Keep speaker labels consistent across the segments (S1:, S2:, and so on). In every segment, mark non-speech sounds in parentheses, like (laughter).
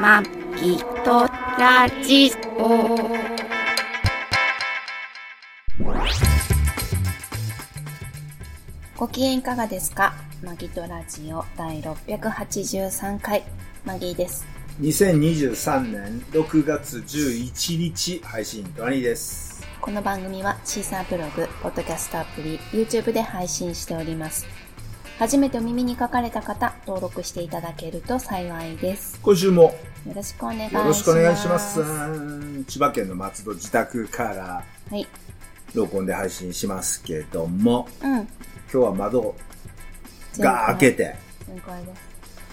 S1: まきとラジオ。ご機嫌いかがですかマギとラジオ第683回、マギーです。
S2: 2023年6月11日配信ドアニーです。
S1: この番組はシーサーブログ、ポッドキャストアプリ、YouTube で配信しております。初めてお耳に書かれた方、登録していただけると幸いです。
S2: 今週も
S1: よろしくお願いします。
S2: よろしくお願いします。千葉県の松戸自宅から
S1: はい。
S2: 録音で配信しますけども、
S1: うん。
S2: 今日は窓が開け
S1: て。
S2: て、
S1: 全開で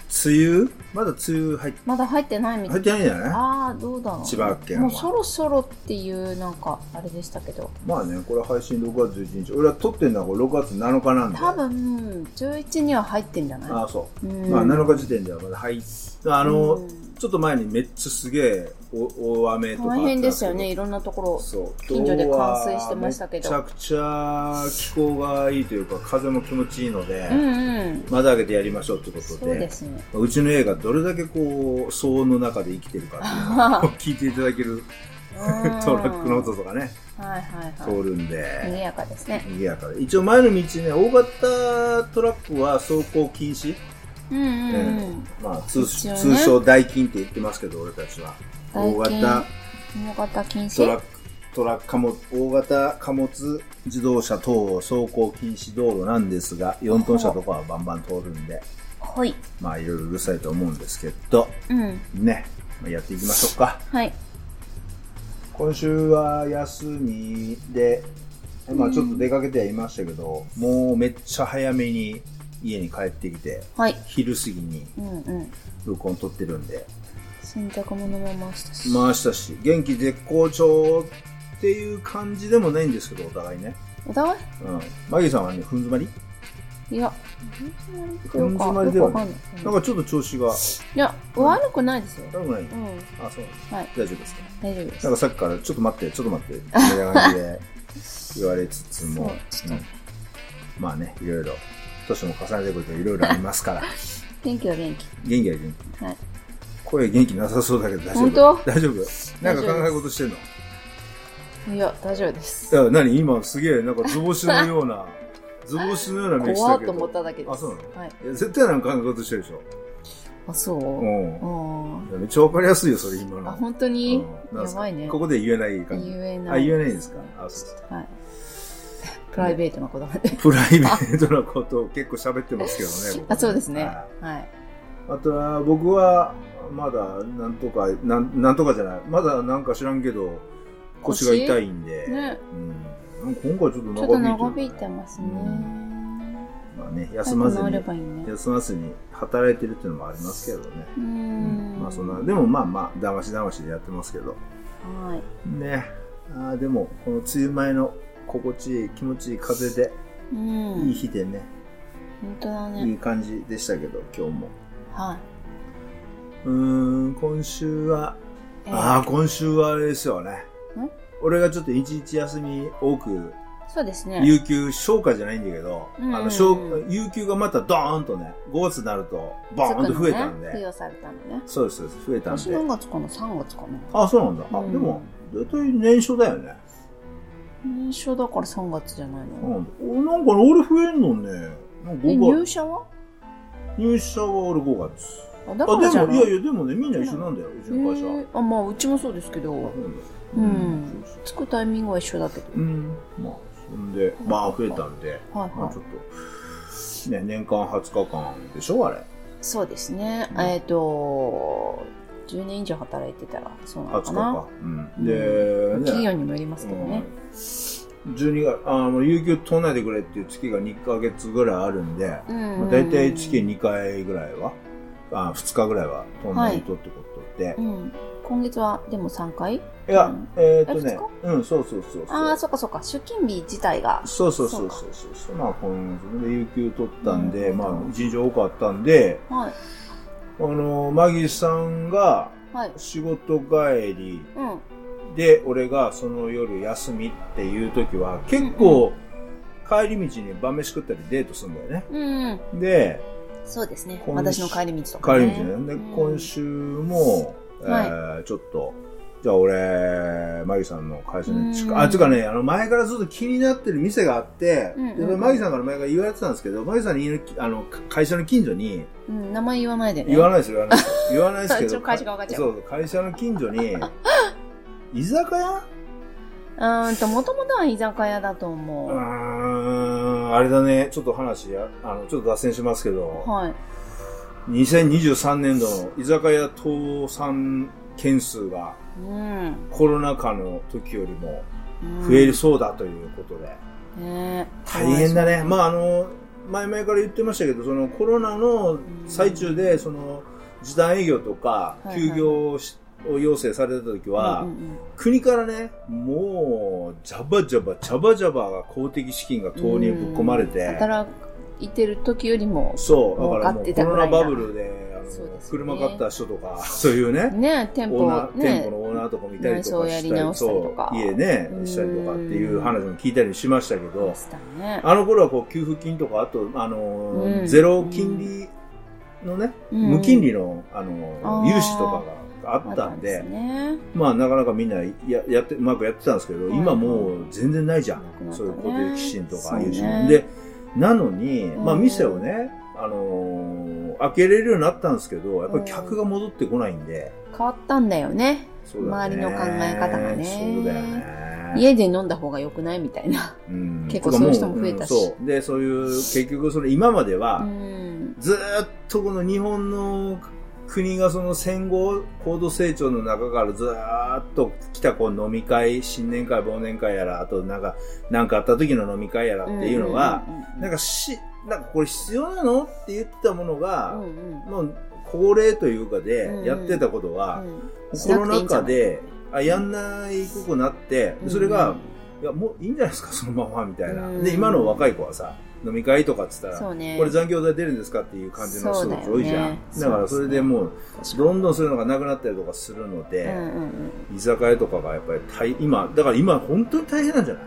S1: す。
S2: 梅雨まだ梅雨入っ
S1: まだ入ってないみた
S2: 入
S1: い
S2: ってないんじゃない
S1: ああ、どうだろう。
S2: 千葉県
S1: も
S2: は
S1: うそろそろっていう、なんか、あれでしたけど。
S2: まあね、これ配信6月11日。俺は撮ってんのはこれ6月7日なんで。
S1: 多分、11には入ってんじゃない
S2: ああ、そうう。
S1: ん
S2: まあ7日時点ではまだ入っあの、
S1: うん
S2: ちょっと前にめっちゃすげえお大雨とか
S1: 大
S2: あったけど。
S1: 変ですよね、いろんなところ。
S2: そう
S1: 近所で冠水してましたけど
S2: 今日はめちゃくちゃ気候がいいというか風も気持ちいいので、
S1: うんうん。
S2: 窓開けてやりましょうということ
S1: そ
S2: で
S1: うですね。
S2: うちの映画どれだけこう騒音の中で生きてるかっていうのを聞いていただける (laughs) (laughs) トラックの音
S1: うん
S2: とかね
S1: はいはいはい。
S2: 通るん
S1: 賑
S2: で
S1: やかですね。
S2: 賑やかで一応前の道ね大型トラックは走行禁止、
S1: うんうんうん。
S2: まあ、通
S1: 一応ね
S2: 通称代金って言ってますけど俺たちは大
S1: 大金
S2: 型
S1: 大型禁
S2: トラッ
S1: 止
S2: ク、トラック貨物、大型貨物自動車等を走行禁止道路なんですが、4トン車とかはバンバン通るんで、
S1: ほい。
S2: まあいろいろうるさいと思うんですけど、
S1: うん。
S2: ね、まあやっていきましょうか。
S1: はい。
S2: 今週は休みで、まあちょっと出かけてはいましたけど、もうめっちゃ早めに家に帰ってきて、
S1: はい。
S2: 昼過ぎに
S1: うんうん。
S2: 録音撮ってるんで、
S1: 洗濯物も回したし。
S2: 回したし、元気絶好調っていう感じでもないんですけど、お互いね。
S1: お互い
S2: うん。マギーさんはね、ふん詰まり
S1: いや、
S2: ふん詰まりで
S1: よ
S2: は
S1: くわ
S2: な
S1: かんな
S2: い
S1: い。うん
S2: なんかちょっと調子が
S1: いや、悪くないですよ。
S2: 悪くない、
S1: うん。
S2: あ、そう
S1: はい。
S2: 大丈夫ですか
S1: 大丈夫で
S2: な
S1: す。
S2: んかさっきからちょっと待って、ちょっ
S1: (laughs)
S2: と待って、みたいな感じで言われつつも、
S1: そうちょっと
S2: うんまあね、いろいろ、年も重ねてくるといろいろありますから、
S1: 元気は元気。
S2: 元気は元気。
S1: はい
S2: 声元気なさそうだけど大丈夫
S1: 本当
S2: 大丈夫なんか考え事してんの
S1: いや、大丈夫です。
S2: いや、何今すげえ、なんか図星のよ
S1: (laughs)
S2: うな、図星のような目して
S1: 怖
S2: た
S1: っ
S2: け
S1: と
S2: ど。
S1: 思っただけです。
S2: あ、そうなの
S1: はい。
S2: いや、絶対なんか考え事してるでしょ。
S1: あ、そうう。
S2: ん。
S1: あ
S2: いやめっちゃわかりやすいよ、それ今
S1: ー
S2: の。
S1: あ、本当に
S2: うんなん
S1: や
S2: すか
S1: ばいね。
S2: ここで言えない感じ。
S1: 言えな
S2: あ、
S1: い。
S2: 言えないんですかあそう
S1: はい。プライベートなことまで。
S2: プライベートなことを結構喋ってますけどね。
S1: (laughs)
S2: 僕
S1: あ、そうですね。
S2: は
S1: はい。
S2: いあとは、僕は、まだ、なんとか、なん、なんとかじゃない。まだなんか知らんけど、腰が痛いんで。
S1: ね
S2: うん。なんか今回ちょっと
S1: ちょっと
S2: 長引い
S1: 長
S2: てる
S1: 引いてますね
S2: う。まあね、休ま
S1: 早
S2: ず
S1: く治れ
S2: に、
S1: ばいいね。
S2: 休まずに働いてるっていうのもありますけどね。
S1: うーん。
S2: まあそんな、でもまあまあ、だましだましでやってますけ
S1: は
S2: ど。
S1: い。
S2: ね。あーでも、この梅雨前の心地いい、気持ちいい風で、
S1: うん。
S2: いい日でね、
S1: 本当だ
S2: い
S1: ね。
S2: い感じでしたけど、今日も。
S1: は
S2: うーん、今週は、
S1: い。えー
S2: ああ、今週はあれですよね
S1: ん。
S2: 俺がちょっと一日休み多く、
S1: そうですね。
S2: 有給消化じゃないんだけど、あ
S1: うんうんうん
S2: の、消有給がまたドーンとね、5月になると、ボーンと増えたん
S1: 付
S2: で、
S1: 与されたのね。
S2: そうです、そうです、増えたん
S1: 私
S2: で
S1: 何。月かな ?3 月かな
S2: あ、そうなんだ。あ、
S1: うん
S2: でも、大体年初だよね。
S1: 年初だから3月じゃないの、
S2: うん。おなんか俺増えんのね。なんか
S1: え
S2: 5
S1: 入
S2: 月。
S1: 社は
S2: 入社は俺5月。
S1: あ、だ
S2: あ、
S1: からじゃ
S2: でも、
S1: ない
S2: いやい
S1: や、
S2: や、でもね、みんな一緒なんだよ、うち
S1: え
S2: の会社。
S1: ー、あ、まあ、うちもそうですけ
S2: あ
S1: ど
S2: そ、なんだ
S1: うんつくタイミングは一緒だけど。
S2: うん、まあ、そんで、まあ、増えたんで、
S1: はい
S2: まあ、
S1: は
S2: ち
S1: い
S2: ょ。っと、ね、年間20日間でしょ、あれ。
S1: そうですね。
S2: うん
S1: えっ、と、10年以上働いてたらそうな
S2: 20
S1: の
S2: 日
S1: かな。
S2: か。うん。で、ね、
S1: 企業にもよりますけどね。
S2: うん12月、あの、有給取らないでくれっていう月が2ヶ月ぐらいあるんで、
S1: うんうん
S2: まあ、大体月2回ぐらいは、あ2日ぐらいは取らないとってことで、い、
S1: うん。今月は、でも3回
S2: や、えーっ、と
S1: え
S2: ね
S1: 二、
S2: うん、そうそうそうそう。
S1: ああ、そっかそっか。出勤日自体が。
S2: そうそうそうそうそうそう。まあ、この、それで有給取ったんで、まあ、一日多かったんで、
S1: はい。
S2: あの、マギさんが
S1: はい。
S2: 仕事帰り
S1: うん。
S2: で、俺がその夜休みっていう時は、結構、帰り道に晩飯食ったりデートするんだよね。
S1: うん。
S2: で、
S1: そうですね。
S2: 今
S1: 私
S2: 週
S1: の帰り道とか、
S2: 帰
S1: ね。
S2: り道ね。で、
S1: うん
S2: 今週も、えーちょっと、じゃあ俺、マギさんの会社に近
S1: う
S2: い。
S1: ん
S2: あ、つうかね、あの、前からずっと気になってる店があって、
S1: うんうん
S2: でマギさんから前から言われてたんですけど、マギさんに言う、あの、会社の近所に、
S1: うん、名前言わないでね。
S2: 言わないですよ、言わない
S1: (laughs)
S2: ですよ。言わないです
S1: ち
S2: け
S1: ょ
S2: ど。
S1: っと会社が分かっちゃう
S2: そう、会社の近所に、居酒屋
S1: うーんと、もともとは居酒屋だと
S2: う
S1: 思う。
S2: ーん、あれだね、ちょっと話や、あの、ちょっと脱線しますけど、
S1: はい。
S2: 2023年度の居酒屋倒産件数が
S1: うん。
S2: コロナ禍の時よりも
S1: うん
S2: 増える。そうだということで、
S1: ねえ
S2: 大変だ。
S1: かわい
S2: ね。まああの、前々から言ってましたけど、そのコロナの最中で、その時短営業とか
S1: はいはい
S2: 休業しを要請された時
S1: そう
S2: は
S1: うん、うん
S2: 国からね、もう、ジャバジャバ、ジャバジャバが公的資金が
S1: うん
S2: 投入ぶっ込まれて、
S1: うん働いてる時よりも、
S2: そう、だからも
S1: 儲か
S2: う
S1: って
S2: コ
S1: た
S2: ロ
S1: ぐら
S2: ナ
S1: いだ
S2: バブルで、あの
S1: そうですよね
S2: 車買った人とか、 (laughs) そういうね、
S1: ねえ店舗
S2: オーナ
S1: を
S2: ー、店
S1: ね
S2: 舗のオーナーとかもいたりと
S1: 内装
S2: か
S1: や
S2: し
S1: り
S2: た
S1: 直
S2: り、
S1: したりと
S2: そ
S1: か
S2: う、家ね
S1: う、ん
S2: したりとかっていう話も聞いたりしましたけ
S1: で
S2: ど、
S1: したね。
S2: あの頃はこう給付金とか、あと、あのー
S1: うん
S2: ゼロ金利のね、
S1: うん
S2: 無金利の、あの
S1: あ
S2: ー
S1: ー
S2: 融資とかがあったん
S1: あ
S2: で
S1: っ、ね
S2: まあなかなかみんなややって、うまくやってたんですけど、
S1: はい
S2: 今もう全然ないじゃん
S1: なく。なったね
S2: そういう固定寄進とか、
S1: そうね
S2: 融資もで、なのに、
S1: ん
S2: まあ店をね、あのー開けれるようになったんですけど、やっぱり客が戻ってこないんで、
S1: 変わったんだよね。
S2: そうだね
S1: 周りの考え方がね
S2: そうだよね。
S1: 家で飲んだ方が良くないみたいな。
S2: うん
S1: 結構そういう人も増えたし
S2: うんそう。で、そういう、結局その今まで
S1: う
S2: は、
S1: ん。
S2: ずーっとこの日本の国がその戦後高度成長の中からずーっと来たこう飲み会、新年会、忘年会やら、あとなんか、なんかあった時の飲み会やらっていうのは、なん
S1: か、
S2: かし、なんかこれ必要なのって言ってたものが、
S1: うんうん
S2: もう恒例というか
S1: うんう
S2: で
S1: ん
S2: やってたことは、
S1: うん
S2: コロナ
S1: しなくて
S2: 禍、
S1: いいんじ
S2: で、あ、やんないこくなって、
S1: ゃない
S2: それが、
S1: うん
S2: いや、もういいんじゃないですか、そのまま、みたいな
S1: う。ん
S2: で、今の若い子はさ、飲み会とかって言ったら、
S1: そうね。
S2: これ残業代出るんですかっていう感じの人たち多いじゃん。だ
S1: そうだよね
S2: からそれでもう、どんどんそういうのがなくなったりとかするの
S1: うん
S2: で、
S1: うん
S2: 居酒屋とかがやっぱり大今、だから今本当に大変なんじゃない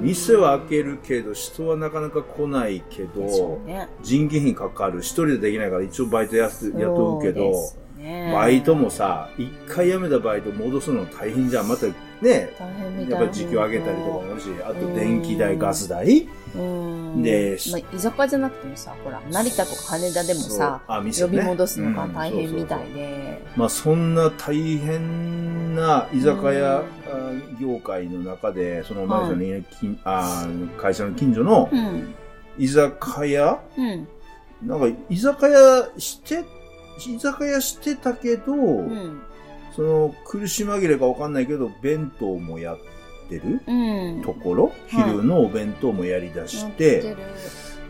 S1: うん
S2: 店は開けるけど、人はなかなか来ないけど
S1: そう、ね。
S2: 人件費かかる。一人でできないから一応バイトやす雇うけ
S1: そう
S2: ど
S1: で、すね
S2: バイトもさ、一回辞めたバイト戻すの大変じゃん。またね、
S1: 大変みたい
S2: やっぱり時給上げたりとかもあるし、あと電気
S1: う
S2: 代、
S1: ん
S2: ガス代
S1: うん
S2: で
S1: まあ、居酒屋じゃなくてもさほら成田とか羽田でもさ、
S2: そうあ店
S1: 呼
S2: ね
S1: び戻すのが大
S2: う
S1: 変
S2: んそうそうそう
S1: みたいで、
S2: まあ、そんな大変な居酒屋
S1: うん
S2: あ業界の中で、その前さんの家の近あー会社の近所の
S1: うん
S2: 居酒屋、
S1: うん
S2: なんか居酒屋して、居酒屋してたけど、
S1: うん
S2: その苦し紛れかわかんないけど、弁当もやってる
S1: うん
S2: ところ、
S1: はい
S2: 昼のお弁当もやりだし
S1: やって
S2: て、
S1: る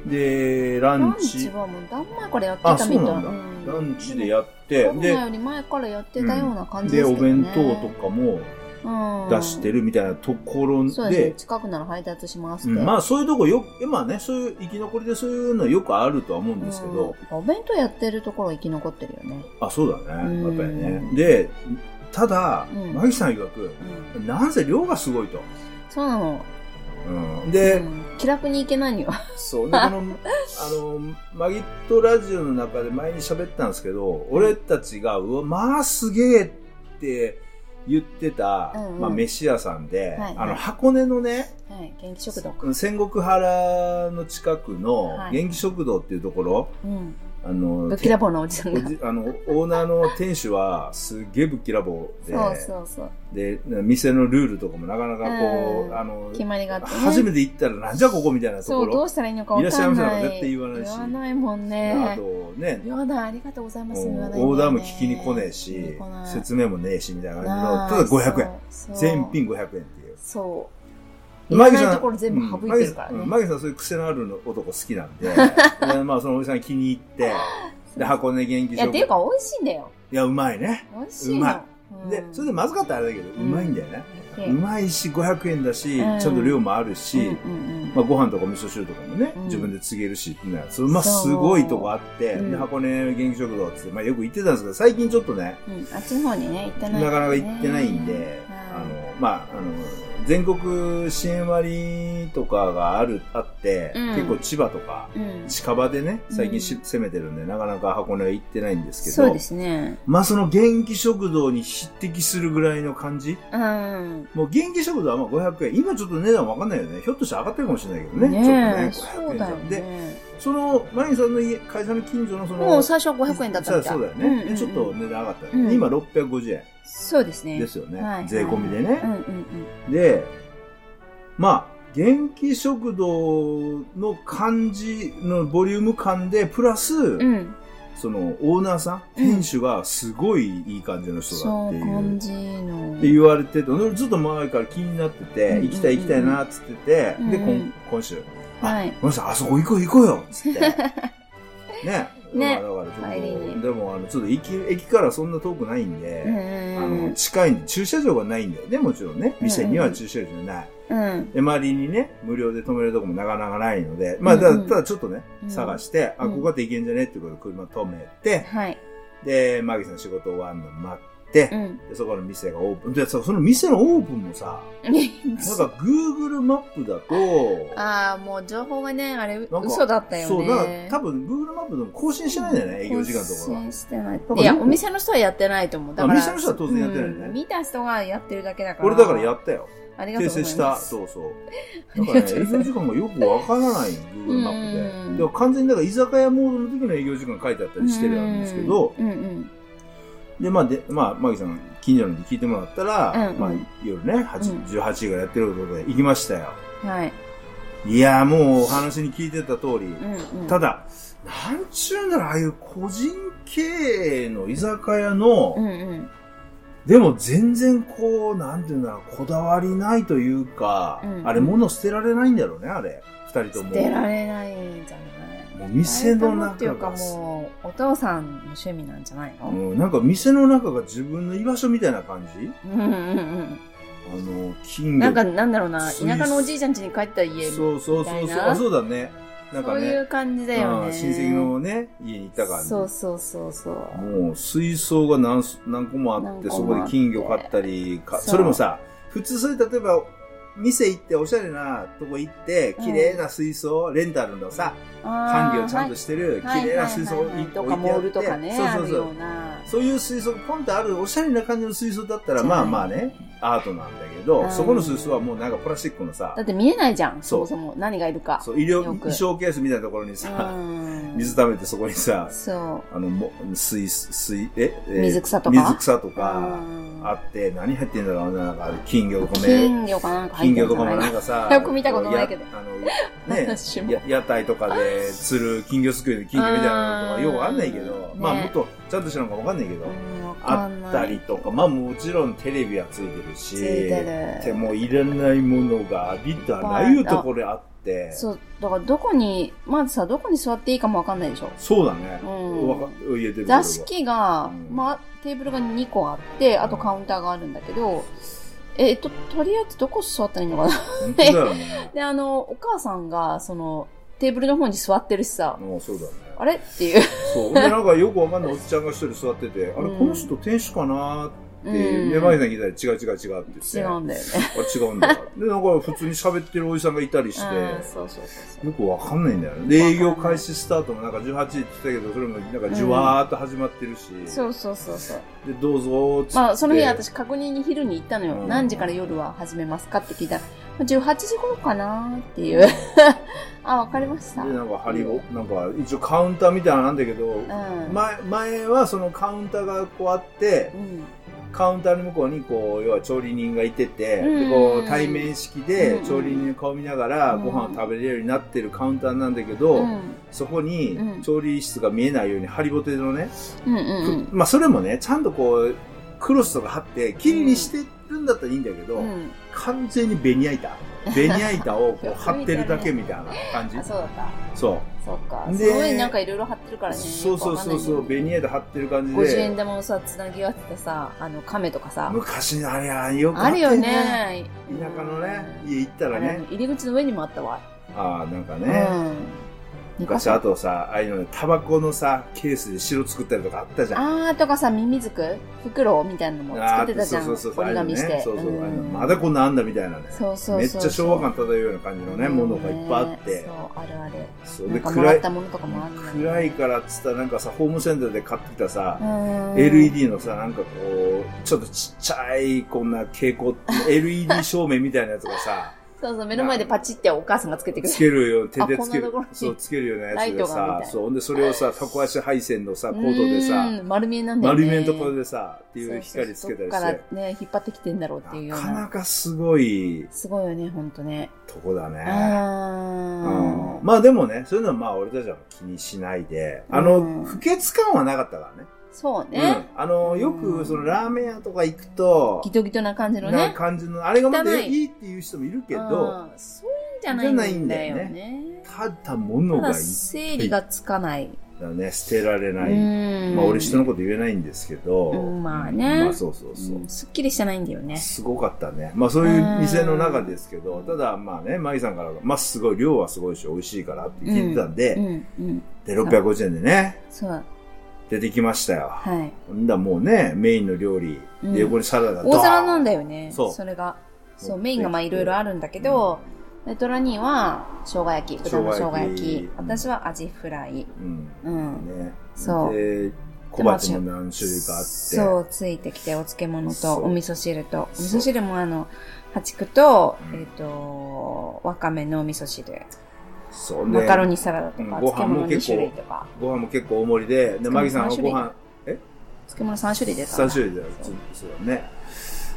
S2: で、ラ
S1: ラ
S2: ン
S1: ンチ
S2: チ、
S1: はもうだん前からやって
S2: あ、
S1: た
S2: そ
S1: みた
S2: う
S1: い
S2: なんだ。ランチでやっ
S1: コ
S2: て
S1: ロ、ナ
S2: で、
S1: より前からやってたような感じで
S2: ですお
S1: けどね、
S2: 弁当とかも
S1: か
S2: 出して
S1: る、
S2: るみたいなところ
S1: そうですね
S2: で、
S1: 近くなら配達します
S2: う
S1: っ
S2: ん
S1: て、
S2: まあそういうとこよく、まあね、そういう生き残りでそういうのよくあるとは思うんですけど、
S1: うんお弁当やってるところ生き残ってるよね、
S2: あ、そうだね、や
S1: う
S2: っ
S1: ん
S2: ぱりね。で、ただ
S1: う、ん
S2: マギさん曰く、
S1: うん、
S2: なんせ量がすごいと。
S1: そうなの、
S2: うん、で、
S1: うん気楽に行けないのよ
S2: そう、で、この、 (laughs) あの、マギットラジオの中で前に喋ったんですけど、俺たちが、うわ、まあすげえって言ってた、
S1: うんうん
S2: まあ飯屋さんで、
S1: はいはい
S2: あの、箱根のね、
S1: はい、元気食堂か。
S2: 戦国原の近くの
S1: はい
S2: 元気食堂っていうところ、
S1: うん。
S2: あの、
S1: ぶっきらぼうなおじさん
S2: お
S1: が。
S2: じあのオーナーの店主はすっげえぶっきらぼうで
S1: そうそうそう。
S2: で店のルールとかもなかなかこ
S1: う
S2: う、
S1: ん
S2: あの
S1: 決まりがあって、ね。
S2: 初めて行ったらなんじゃここみたいなと
S1: そ
S2: こ
S1: う、ど
S2: ろ
S1: うしたらいいのか分かんない。
S2: いらっしゃいませなんか絶対言わないし
S1: 言わないもん
S2: あ
S1: ね。
S2: とね
S1: やだ、ありがとうございます。
S2: もう
S1: 言わないんだよね
S2: オーダーも聞きに来ねえし
S1: 聞きに来ない
S2: 説明もねえしみたいな
S1: なあ
S2: 感じのただ500円
S1: そう
S2: 全。品500円っていう
S1: そう。いらないところ全部省いてるから
S2: うん
S1: ね。
S2: マギさんうんマギさんそういう癖のあるの男好きな
S1: (laughs)
S2: んででまあそのおじさん気に入ってで箱根元気
S1: い
S2: 食
S1: や、
S2: 堂
S1: っていうか、美味しいんだよ。
S2: いやうまいね
S1: 美味しいう
S2: ま
S1: の。
S2: でそれでまずかったらあれだけど、うまいんだよね
S1: で
S2: うまいし500円だし、
S1: うん
S2: ちゃんと量もあるし、
S1: うんうん
S2: まあ、ご飯とか味噌汁とかもね、
S1: うん
S2: 自分で告げるしねそれまあ
S1: そう
S2: すごいとこあって、
S1: うん
S2: で箱根元気食堂っつって、まあ、よく行ってたんですけど最近ちょっとね
S1: うん。うんあっちの方にね、行って
S2: な
S1: ない。
S2: かなか行ってないんで、
S1: はい
S2: あのまああの全国支援割とかがある、あって、
S1: うん
S2: 結構千葉とか、
S1: うん。
S2: 近場でね、最近し、
S1: うん
S2: 攻めてるんで、なかなか箱根は行ってないんですけど、
S1: そうですね。
S2: まあその元気食堂に匹敵するぐらいの感じ
S1: うん。
S2: もう元気食堂はまあ500円。今ちょっと値段わかんないよね。ひょっとしたら上がってるかもしれないけどね。
S1: ねえ、
S2: ちょっ
S1: そ
S2: とね、500
S1: う
S2: 円
S1: だよ
S2: で。
S1: ね。
S2: その、マリンさんの家、会社の近所のその、
S1: もう最初500円だったみたい
S2: そうだよね、
S1: んうんうん
S2: ちょっと値段上がったよね、
S1: うん
S2: 今650円
S1: そうですね。
S2: ですよね。
S1: はい
S2: 税込みでね。
S1: うんうんうん。
S2: で、まあ、元気食堂の感じのボリューム感で、プラス、
S1: うん、
S2: そのオーナーさん、
S1: うん
S2: 店主がすごいいい感じの人だ
S1: そ
S2: っ
S1: う
S2: ていう。
S1: 感じの。
S2: って言われてて、俺ずっと前から気になって
S1: う
S2: て、
S1: んうんうん
S2: 行きたい行きたいなっつってて、
S1: うんうん
S2: で、今今週、
S1: はい
S2: あ、ごめんなさい、あそこ行こう行こうよっ
S1: (laughs)
S2: つって。ね。
S1: ね
S2: まあだから
S1: 帰
S2: ち
S1: り
S2: ょっ
S1: に
S2: と、でもあの、ちょっと駅駅からそんな遠くないん
S1: うん
S2: で、あ
S1: う
S2: の、
S1: ん
S2: 近いんで、駐車場がないんだよね、もちろんね。店には駐車場ない。
S1: うん。
S2: で、周りにね、無料で止めるとこもなかなかないので、まあ、だ
S1: うんうん
S2: ただちょっとね、
S1: うん
S2: 探して、あ、
S1: うん
S2: ここだって行けんじゃねっていうことで車止めて、
S1: はい。
S2: で、マギさん仕事終わるの待って
S1: う、ん。
S2: でそこの店がオープン。で、そその店のオープンもさ、なんか Google マップだと、
S1: (laughs) ああ、もう情報がね、あれ、
S2: なんか
S1: 嘘だったよね。
S2: そう、だから多分 Google マップでも更新してないんだよね、営業時間とか
S1: 更
S2: が。
S1: 新してない
S2: か。
S1: いや、お店の人はやってないと思う。だから。
S2: あ店の人は当然やってないよね
S1: うん見た人がやってるだけだから。
S2: 俺だからやったよ。
S1: ありがとう
S2: 訂
S1: ござい
S2: 正
S1: ます。
S2: した。
S1: う。
S2: そうそう。だからね、営業時間がよくわからない、Google マップ
S1: うん
S2: で。でも完全にだから居酒屋モードの時の営業時間書いてあったりしてるんですけど、
S1: うんうん。
S2: で、まあ、で、まあ、マギさん、近所のに聞いてもらったら、
S1: うんうん
S2: まあ、夜ね、
S1: うん
S2: 8 18時からやってることで行きましたよ。
S1: はい。
S2: いやー、もうお話に聞いてた通り、
S1: うんうん。
S2: ただ、なんちゅうんだろう、ああいう個人経営の居酒屋
S1: うん
S2: の、
S1: うん。
S2: でも全然こう、なんていうんだろう、こだわりないというか、
S1: うん
S2: あれ物捨てられないんだろうね、あれ。二人と
S1: 捨
S2: も。
S1: てられないんじゃない
S2: もう店の
S1: 誰ともってい
S2: 中
S1: うか
S2: が、
S1: もう、お父さんの趣味なんじゃないの、
S2: うんなんか店の中が自分の居場所みたいな感じ
S1: うんうん
S2: あの、
S1: うん。
S2: 金魚
S1: なんか、なんだろうな、
S2: スイ
S1: 田
S2: ス
S1: 舎のおじいちゃん家に帰った家、そう
S2: そうそうそう
S1: みた
S2: そ、
S1: いうな
S2: あそうだね。なんか
S1: いう
S2: ね、
S1: 感じだよ
S2: うん
S1: ね。
S2: 親戚のね、家に行ったからね。
S1: そうそうそうそう。
S2: もう水槽が何す何個もあって
S1: 何個
S2: そ
S1: も
S2: こ
S1: あって
S2: で金魚買ったりか
S1: そう
S2: それもさ普通それ例えば店行っておしゃれなとこ行って
S1: うん
S2: 綺麗な水槽レンタルのさ
S1: 管
S2: 管理をちゃんとしてる綺麗な水槽を置いて
S1: と
S2: あ
S1: か
S2: っ
S1: モールとかね
S2: て
S1: あ
S2: そう
S1: る
S2: そうそ
S1: よう
S2: う
S1: な
S2: そういう水槽がポンってあるおしゃれな感じの水槽だったら
S1: じゃな
S2: ま
S1: い
S2: あまあねアートなんだけ
S1: うん
S2: どそこの水槽はもうなんかプラスチックのさ
S1: だって見えないじゃんそ
S2: そ
S1: も
S2: う
S1: そも何がいるか
S2: そう医
S1: よ
S2: 療
S1: く
S2: 衣装ケースみたいなところに
S1: う
S2: さ
S1: ん
S2: (laughs) 水溜めてそこにさ
S1: そ
S2: あのも水水ええ
S1: 水草とか
S2: 水草と
S1: う
S2: か
S1: うん
S2: あって、何入ってんだろうな、なんかあれ金魚とかね。
S1: 金魚かなんか入
S2: 金
S1: って
S2: 魚
S1: るんじゃな
S2: とかもないん
S1: (laughs)
S2: かさ、
S1: よく見たことないけど
S2: やあの、
S1: (laughs)
S2: ね
S1: 私も
S2: や屋台とかで釣る金魚すくいの金魚みたいなのと
S1: あー
S2: か、よくわかんないけど、
S1: ね
S2: まあもっとちゃんとしたのかわかんないけど、
S1: うんわか
S2: あ
S1: んない
S2: ったりとか、まあもちろんテレビはついてるし、
S1: ついて
S2: で
S1: る
S2: もいらないものがありとあらゆるところあって、
S1: そうだからどこにまずさどこに座っていいかもわかんないでしょ
S2: そうだね。
S1: うん
S2: わか言えてる
S1: 座敷が、
S2: うん
S1: まあ、テーブルが2個あって、あとカウンターがあるんだけど、えっと、とりあえずどこ座ったらいいの
S2: (laughs)
S1: かな
S2: 本当だ
S1: (laughs)
S2: よね。
S1: で、あの、お母さんが、その、テーブルの方に座ってるしさ、
S2: もうそうだね。
S1: あれって
S2: (laughs)
S1: いう。
S2: そう。で、なんかよくわかんないおっちゃんが一人座ってて、あれ、
S1: うん
S2: この人店主かなーって、
S1: うん
S2: で、マギさんに聞いたら違う違う違うって言って、
S1: 違うんだよね。
S2: あ違うんだ。で、なんか普通に喋ってるおじさんがいた (laughs) りして、
S1: うん、そうそうそうそう。
S2: よくわかんないんだよね。で、営業開始スタートもなんか18時って言ってたけど、それもなんかじわーっと始まってるし、
S1: そうそうそうそう。
S2: で、どうぞーっつって。
S1: まあ、その日私確認に昼に行ったのよ。
S2: うん
S1: 何時から夜は始めますかって聞いたら、まあ18時頃かなーっていう。 (laughs) あ、わかりました。
S2: で、
S1: うん。
S2: なんか針を、なんか一応カウンターみたいなのなんだけど、
S1: う
S2: 前前はそのカウンターがこうあって、
S1: ん。
S2: カウンターの向こうにこう要は調理人がいてて、
S1: うん
S2: でこう対面式で
S1: うん
S2: 調理人の顔見ながら
S1: うん
S2: ご飯を食べれるようになってるカウンターなんだけど、
S1: うん。
S2: そこ
S1: うん
S2: に調理室が見えないようにハリボテのね、
S1: うんうん
S2: くまあそれもねちゃんとこうクロスとか貼ってきれいにしてるんだったらいいんだけど、
S1: うん。うん。
S2: 完全にベニ
S1: (laughs)
S2: ヤ板ベニヤ板をこう貼ってるだけみたいな感じ
S1: あ、 (laughs) そうだった。
S2: そ
S1: そっか。
S2: で
S1: その上になんかいろいろ貼ってるか
S2: う
S1: らね。
S2: そうそうそうそうベニヤ板貼ってる感じ
S1: 50円
S2: で
S1: 玉をさ、つなぎ合わせてさ、あの、亀とかさ。
S2: 昔のあれはよく
S1: あ
S2: った
S1: るよね。
S2: 田舎のね
S1: うん
S2: 家行った
S1: あ
S2: ら
S1: れ
S2: ね
S1: 入り口の上にもあったわ。
S2: ああなんか
S1: う
S2: ね、
S1: ん。
S2: 昔あとさ、ああいうのね、タバコのさ、ケースで白作ったりとかあったじゃん。
S1: あーとかさ、ミミズク袋みたいなのも作ってたじゃん。
S2: そうそうそうそう
S1: 折り紙して。
S2: ああいうのねそうそ
S1: う
S2: う
S1: ん
S2: ああいうのまだこんなんあんだみたいなね
S1: そうそうそう
S2: めっちゃ昭和感漂うような感じのね、ものがいっぱいあっ
S1: ね
S2: て
S1: そ。う、あるある。
S2: そう
S1: な
S2: で
S1: んかもら
S2: 暗
S1: っ
S2: い
S1: たものとかもあるのに
S2: 暗いからっつったらなんかさホームセンターで買ってきたさ、
S1: うん
S2: LED のさなんかこうちょっとちっちゃいこんな蛍
S1: (laughs)
S2: 光 LED 照明みたいなやつがさ
S1: そうそう、目の前でパチってお母さんがつけてくれ
S2: つ
S1: る。
S2: けるよ手でつけ
S1: あこんなと
S2: る
S1: ころに
S2: そうつけるような
S1: ラ
S2: や
S1: イト
S2: つで
S1: がみ
S2: さ
S1: たいな
S2: そうほんでそれをさタコ足配線のさコードでさ
S1: うん丸見えなんだよね。
S2: 丸面ところでさっていう光つけたり
S1: そうそう
S2: して
S1: どっからね、引っ張ってきてんだろうっていうよ
S2: な
S1: う
S2: かな
S1: な。
S2: かすごい
S1: すごいよね、ほんとね。
S2: とこだ
S1: う
S2: ね。
S1: ん
S2: うん、。まあでもね、そういうのはまあ俺たちは気にしないで、あの、
S1: うん
S2: 不潔感はなかったからね。
S1: そう
S2: うん
S1: ね。、
S2: あのよ
S1: うん
S2: くそのラーメン屋とか行くと、
S1: ギトギトな感じの
S2: な
S1: ね。
S2: 感じのあれがま
S1: 汚
S2: だ
S1: い
S2: いいっていう人もいるけど、
S1: うんそういうんじゃないんだよ
S2: じゃないん
S1: ね。
S2: ただ物
S1: た
S2: がい
S1: だ
S2: い
S1: 整理がつかない。
S2: だね捨てられない、
S1: うん
S2: まあ俺人のこと言えないんですけど、
S1: うんまあね
S2: まあそうそうそう
S1: う、んすっきりしてないんだよね。
S2: すごかったねまあそういう店の中ですけどただまあねマギさんからまあすごい量はすごいし美味しいからって聞いてたんで、
S1: うんうん。
S2: で650円でね
S1: そう。
S2: 出てきましたよ、
S1: はい。
S2: んだもうねメインの料理、
S1: うん
S2: で横にサラダ
S1: 大皿なんだ
S2: よ
S1: よね。
S2: そう
S1: それが。そ
S2: 持
S1: う、
S2: って
S1: メインがまあいろいろあるんだけど、レトラニーは生姜焼き、豚の生姜焼き。
S2: 生姜焼き
S1: 私はアジフライ。
S2: うん
S1: うん。
S2: ね
S1: そう
S2: で小鉢も何種類かあって
S1: そう、ついてきて、お漬物と
S2: そう
S1: お味噌汁と、お
S2: そう
S1: 味噌汁もあの、八九と、
S2: う
S1: え
S2: ん
S1: っ、と、わかめのお味噌汁、
S2: そうね
S1: マカロニサラダと
S2: うん
S1: か、
S2: ご飯
S1: 漬
S2: も
S1: 物2
S2: 結構
S1: 種類とか、
S2: ご飯も結構大盛りででマギさんは
S1: 三
S2: ご
S1: 種類
S2: 飯
S1: 漬物3種類出た
S2: 3種類だよ
S1: そう
S2: そうだね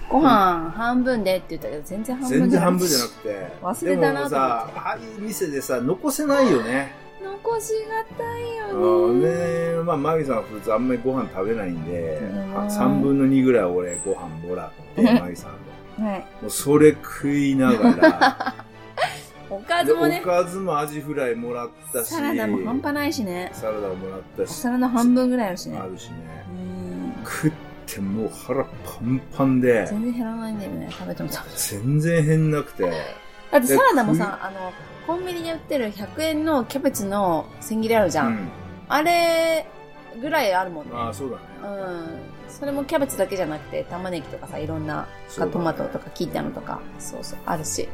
S1: ご飯半分でって言ったけど、全然半分
S2: 全
S1: じ
S2: 然
S1: ゃない
S2: 半分じゃなくて
S1: 忘れたなと思って
S2: でもさああいう店でさ残せないよね
S1: 残しがたい
S2: あ
S1: よね。
S2: ーねまあマギさんは普通あんまりご飯食べないんで
S1: うん
S2: 3分の2ぐらい俺ご飯もらってマギさんの
S1: はい。
S2: もうそれ食いなが
S1: (laughs)
S2: ら
S1: おか
S2: で
S1: ずもね
S2: お、かずもアジフライもらったし
S1: サラダも半端ないしね。
S2: サラダもらったし
S1: サラダ半分ぐらいあるしね。
S2: あるしね
S1: うん
S2: 食ってもう腹パンパンで
S1: 全然減らないんだよね、食べても食べても
S2: 全然変なくて
S1: だってサラダも
S2: え
S1: さ、あの、コンビニで売ってる100円のキャベツの千切りあるじゃ。
S2: うんん
S1: あれぐらいあるもんね。
S2: ああそうだね
S1: うん。それもキャベツだけじゃなくて、玉ねぎとかさ、いろんな、
S2: そうだね
S1: トマトとか切ったのとか、そうそう、あるし。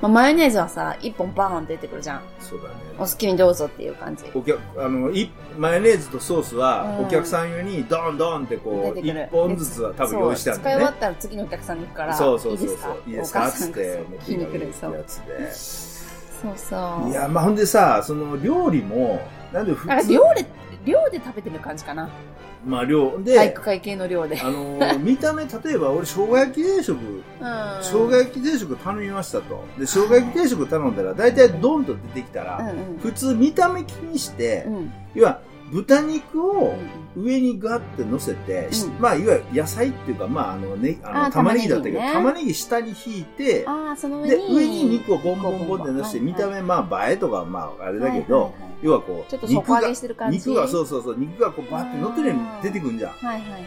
S1: まあ、マヨネーズはさ、一本バーン出てくるじゃん。
S2: そうだね
S1: お好きにどうぞっていう感じ。
S2: お客あのいマヨネーズとソースは
S1: うん
S2: お客さん用にドンドンってこう
S1: 出てくる
S2: 1本ずつは多分用意した
S1: そ
S2: ん
S1: う使
S2: だ
S1: い
S2: よ
S1: 終わ
S2: ね
S1: ったら次のお客さんに行くから、
S2: そうそうそうそう
S1: い
S2: い
S1: いで
S2: いですす
S1: か
S2: か
S1: お母
S2: っ
S1: さ
S2: つ
S1: ん
S2: っ
S1: がそう
S2: て持って
S1: 気
S2: き
S1: に
S2: て
S1: く
S2: くれ
S1: る。
S2: る
S1: そう
S2: やつで
S1: そうそう。
S2: いやまあほんでさその料理もなんで普
S1: なんか
S2: 通
S1: 量で、量で食べてる感じかな。
S2: まあ量
S1: 体
S2: で
S1: 育会系の量で。
S2: あの見た目例えば俺生姜焼き定食
S1: 生
S2: 生姜焼き定食頼みましたとで生姜焼き定食頼んだら大体ドンと出てきた
S1: うん
S2: ら、
S1: うん
S2: 普通見た目気にして、
S1: うんうん
S2: 要は豚肉
S1: う
S2: を
S1: ん
S2: 上にガッて乗せて、し
S1: うん
S2: まあいわゆる野菜っていうかまああのねあ
S1: あ
S2: の玉ねぎだったけど
S1: 玉ねぎね
S2: 玉ねぎ下に引いて
S1: ああその上
S2: で
S1: に
S2: 上に肉をボンボンボンって乗せて
S1: はいはい
S2: 見た目まあ映えとかまああれだけど、
S1: はいはいはい
S2: 要はこ
S1: ちょっ
S2: う
S1: と
S2: 肉
S1: 底上
S2: が
S1: げしてる感じ
S2: 肉がそうそうそう肉がこうバッて乗ってるように出てくるんじゃん
S1: はいはいはいはい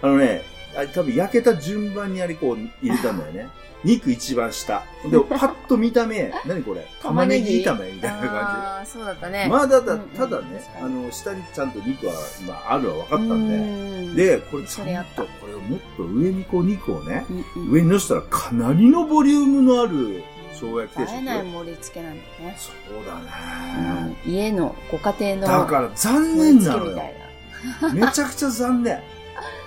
S2: あのね、あれ多分焼けた順番にあれこう入れたんだよね。肉一番下。で、パッと見
S1: (laughs)
S2: た目、何これ玉ねぎ炒めみたいな感
S1: ああそうだった
S2: じ。
S1: ね
S2: まあだた
S1: うんうん
S2: ただね
S1: 確、か
S2: あ
S1: に
S2: の、下にちゃんと肉は、まああるは分か
S1: う
S2: ったん
S1: ん
S2: で。で、これち
S1: そ
S2: ゃ
S1: れやっ
S2: ん
S1: た
S2: と、これをもっと上にこう肉をね、
S1: うんうん
S2: 上に乗せたらかなりのボリュームのある生姜焼き定
S1: 映えない
S2: 食。
S1: 盛り付けなんだね
S2: そうだ
S1: うん
S2: ね。
S1: 家のご家庭
S2: だ
S1: の
S2: から残
S1: 盛り
S2: 念な
S1: 付け
S2: の
S1: みた
S2: よ
S1: い。ない
S2: めちゃくちゃ
S1: (laughs)
S2: 残念。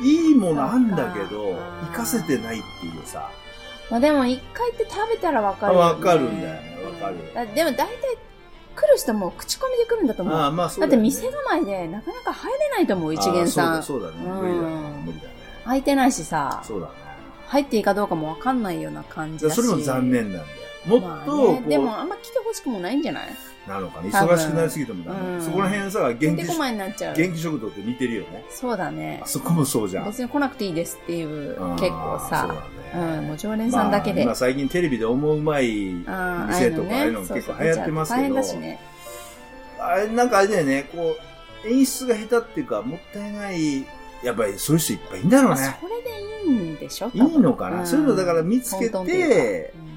S2: いいものあんだけ
S1: そう
S2: ど、
S1: か
S2: 活かせてないっていうさ。
S1: まあでも一回って食べたらわかるよね
S2: わかるんだよねわかる
S1: うんだでも大体来る人も口コミで来るんだと思う
S2: ああ、まあそう
S1: だっ
S2: だよ
S1: て
S2: ね
S1: 店構えでなかなか入れないと思う一元さ
S2: あー
S1: ん
S2: そうだそうだね。無理だ
S1: うん
S2: ね。無理だね。
S1: 空いてないしさ
S2: そうだね。
S1: 入っていいかどうかもわかんないような感じ
S2: じゃ
S1: だ
S2: あ
S1: し
S2: それも残念なんだよ。も
S1: ま
S2: っ
S1: あ
S2: と、こ
S1: ね、
S2: う、
S1: でもあんま来てほしくもないんじゃない
S2: なのかね。
S1: 多分
S2: 忙しくなりすぎてもダ
S1: う
S2: メ。
S1: ん
S2: そこら辺さ、
S1: て
S2: 元気
S1: んてこ、まいになっちゃう
S2: 元気食堂と似てるよね。
S1: そうだね
S2: あそこもそうじゃん。
S1: 別に来なくていいですっていう
S2: うん
S1: 結構さ
S2: そう
S1: う,、
S2: だね。
S1: んもう常連さんだけで、
S2: まあ今最近テレビで思ううまい、
S1: あー、
S2: 店とかああいうのも
S1: そうそう
S2: 結構流行ってますけど
S1: 大変だしね
S2: あれ、なんかあれだよね、こう、演出が下手っていうか、もったいない、やっぱりそういう人いっぱいいんだろ
S1: ま
S2: う
S1: あ
S2: ね。
S1: それでいいんでしょ
S2: いいのか
S1: うん
S2: なそういうのだから見つけ
S1: 混沌という
S2: て
S1: か、うん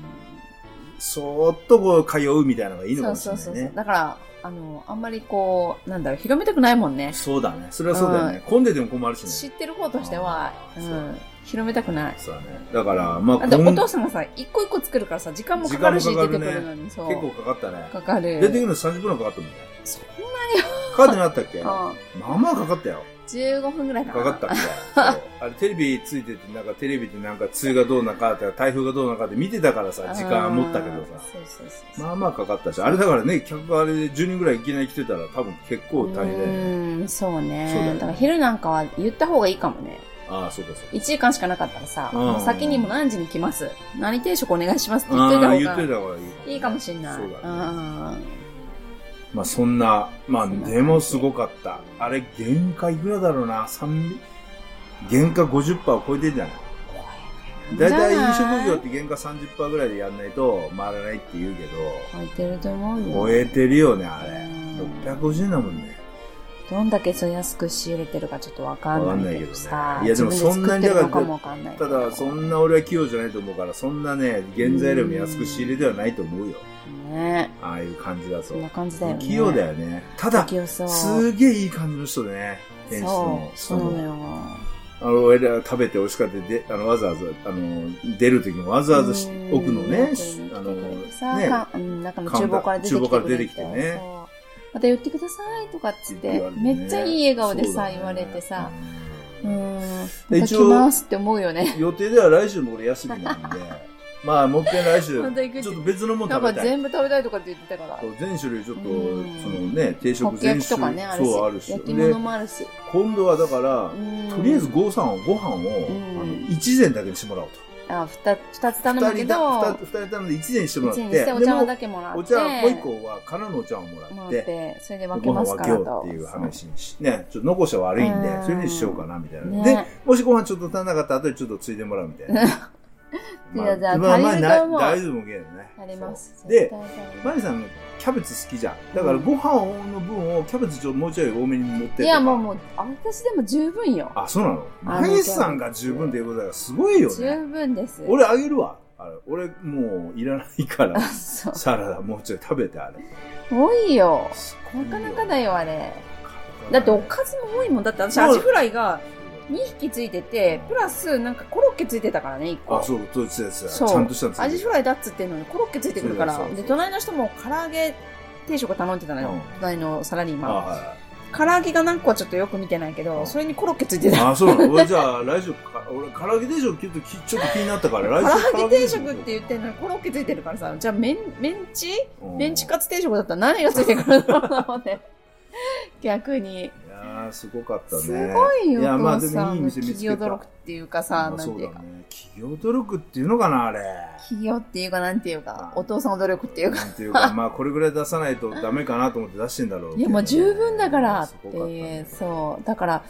S2: そーっとこう通うみたいなのがいいのかもしれない
S1: そうそうそうそ
S2: ね
S1: う。だからあの、あんまりこう、なんだろう、広めたくないもんね。
S2: そうだね。それはそうだよね。混んでても困るしね。
S1: 知ってる方としては、
S2: あ
S1: う
S2: ー
S1: ん、広めたくない。
S2: そうだね。だから、まあ、
S1: だって
S2: 今
S1: お父さんもさ、一個一個作るからさ、時間もかかるし、
S2: 時間も
S1: 出
S2: か
S1: て
S2: かる
S1: く
S2: ね
S1: るのに、そう。
S2: 結構かかったね。
S1: かかる。
S2: 出てくるの30分かかったもんね。
S1: そん
S2: かかってなかったっけ
S1: なの
S2: まあまあかかったよ。
S1: 15分ぐらいか
S2: か
S1: な。
S2: かったっ
S1: (laughs)
S2: けそうあれテレビついてて、なんかテレビでなんか梅雨がどうなのかとか台風がどうなのかって見てたからさ、時間持ったけど
S1: あー
S2: さ。
S1: そうそうそうそう。
S2: まあまあかかったし、あれだからね、客があれで10人ぐらいいきなり来てたら多分結構大変だよね。
S1: うん、そうね。
S2: そうだ
S1: だ
S2: よね
S1: から昼なんかは言った方がいいかもね。
S2: ああ、そうかそうか。
S1: 1時間しかなかったらさ、
S2: うん
S1: もう先にも何時に来ます。何定食お願いしますって言っといた
S2: ああ、
S1: 方
S2: 言っとい
S1: が
S2: た方がいい、
S1: いいかもしんない。
S2: そうだね。
S1: うん
S2: まあそんな、まあ
S1: そんな
S2: でもすごかった。あれ、原価いくらだろうな、三原価50%を超えてんじゃないだいたい飲食業って原価30%ぐらいでやんないと回らないって言うけど、
S1: 超えてると思うよ。
S2: 超えてるよね、あれ
S1: うん。
S2: 650円だもんね。
S1: どんだけそう安く仕入れてるかちょっとわかんないけどさ。
S2: わかんないけどねいやでもそんな
S1: 自分
S2: に
S1: で作ってるのかもわかんないけ
S2: た
S1: ど。
S2: だ、そんな俺は器用じゃないと思うから、そんなね、原材料も安く仕入れではないと思うよ。
S1: ね
S2: ああいう感じだ
S1: そ
S2: と
S1: んな。感じだよね。
S2: 器用だよね。ただ、
S1: 器用そう。
S2: すげえいい感じの人でね、店主
S1: そ
S2: の
S1: う、
S2: 人
S1: そうなの
S2: も。
S1: よ。
S2: あの、俺ら食べて美味しかったで、あの、わざわざ、あの、出る時もわざわざし
S1: うん
S2: 奥のね、あの、
S1: さ
S2: ね、
S1: かうん中の厨房から出てきてくれて。
S2: 厨房から出てきてね
S1: そう。また言ってくださいとかっつっ
S2: 言
S1: て
S2: わ、れてね
S1: めっちゃいい笑顔でさ、
S2: そう
S1: 言
S2: だ
S1: わ
S2: ね
S1: れてさ、う。
S2: うんん
S1: なん
S2: で
S1: か
S2: 一
S1: 来
S2: 応
S1: ますって思うよね。
S2: 予定では来週も俺休みなん
S1: (laughs)
S2: で、まあ、もう一回来週、
S1: また行くって
S2: ちょっと別のもん
S1: なん
S2: 食
S1: か
S2: べたい。
S1: 全部食べたいとかって言ってたから。
S2: 全種類ちょっと、そ
S1: うん
S2: のね、定
S1: ホ
S2: 食
S1: ッキ焼
S2: 全
S1: きとか
S2: 種類、
S1: ね、あるし。
S2: そうあるし。
S1: 焼き
S2: で
S1: 物、もあるし。
S2: 今度はだから、とりあえず、ご飯を、ご飯を、
S1: ん
S2: あの一膳だけにしてもらおうと。
S1: あ、二つ、二つ頼
S2: 二
S1: むけ
S2: 人だ、
S1: ど
S2: 二、人二人頼んで一膳にしてもらっ
S1: 一
S2: て、
S1: にしてお茶碗だ
S2: で
S1: けもらって。
S2: もお茶、もう一個は、空のお茶をもら
S1: もら
S2: っ、
S1: ってて、それで分け
S2: ご
S1: ま
S2: 飯
S1: すか
S2: 分
S1: ら
S2: けよ
S1: と。
S2: うっていう話にし、ね、ちょっと残しは悪いんで
S1: う、ん
S2: それにしようかな、みたいな。で
S1: ね、
S2: もしご飯ちょっと足んなかったら、後でちょっとついでもらうみたいな。
S1: いやじゃあ
S2: (laughs) まあ、まあ
S1: 足りる
S2: な
S1: と思う
S2: 大丈夫もけどね。
S1: あります。
S2: そうで
S1: 絶、対足りる
S2: マリさんね、キャベツ好きじゃん。だからご飯の分をキャベツちょもうちょい多めに持ってとか
S1: いや、もうもう、私でも十分よ。
S2: あ、そうなの
S1: あの
S2: マリさんが十分っていうことだからすごいよ
S1: 十
S2: ね。
S1: 分です。
S2: 俺あげるわ。あれ俺もういらないか
S1: あ、
S2: ら、 (laughs)
S1: そう。
S2: サラダもうちょい食べてあれ。
S1: 多いよ。
S2: すご
S1: ない
S2: よ
S1: かなかだよ、あれ。
S2: なかなか
S1: だっておかずも多いもん。だって私、
S2: そう
S1: アジフライが2匹ついてて、プラスなんかコロッケついてたからね、1個。
S2: あ、そう、ドイツです。
S1: そう
S2: ちゃんとしたんです
S1: アジフ
S2: イ。
S1: ライだっつってんのにコロッケついてくるか
S2: そう
S1: ら
S2: だそうだ
S1: で隣の人も唐揚げ定食頼んでたのよ、
S2: うん
S1: 隣のサラリー
S2: あ、
S1: マン
S2: は
S1: 唐揚げが何個はちょっとよく見てないけどそれにコロッケついて
S2: い。
S1: た
S2: あ、そうなの俺じゃあ来週か、俺唐揚げ定食ちょっときちょっと気になった
S1: (laughs)
S2: から、来週
S1: 唐揚げ定食って言ってんのにコロッケついてるからさじゃあメンメンチ
S2: うん
S1: メンチカツ定食だったら何がついてくるのだろうね (laughs) 逆に
S2: いやー、すごかったね。
S1: すごいよ
S2: いやまあ
S1: お父さ
S2: でもいい
S1: んの
S2: 店見つけ
S1: 企業
S2: た
S1: 努力っていうかさ
S2: まあ
S1: な
S2: そ
S1: ん
S2: う
S1: ていう
S2: だ
S1: か
S2: ね。企業努力っていうのかな、あれ。
S1: 企業っていうかなんていうか
S2: うん
S1: お父さんの努力っていうか
S2: なんていう
S1: (laughs)
S2: か、まあこれぐらい出さないとダメかなと思って出してんだろうけど
S1: いやもう十分だからっ
S2: す
S1: て
S2: ごかったね
S1: そうだから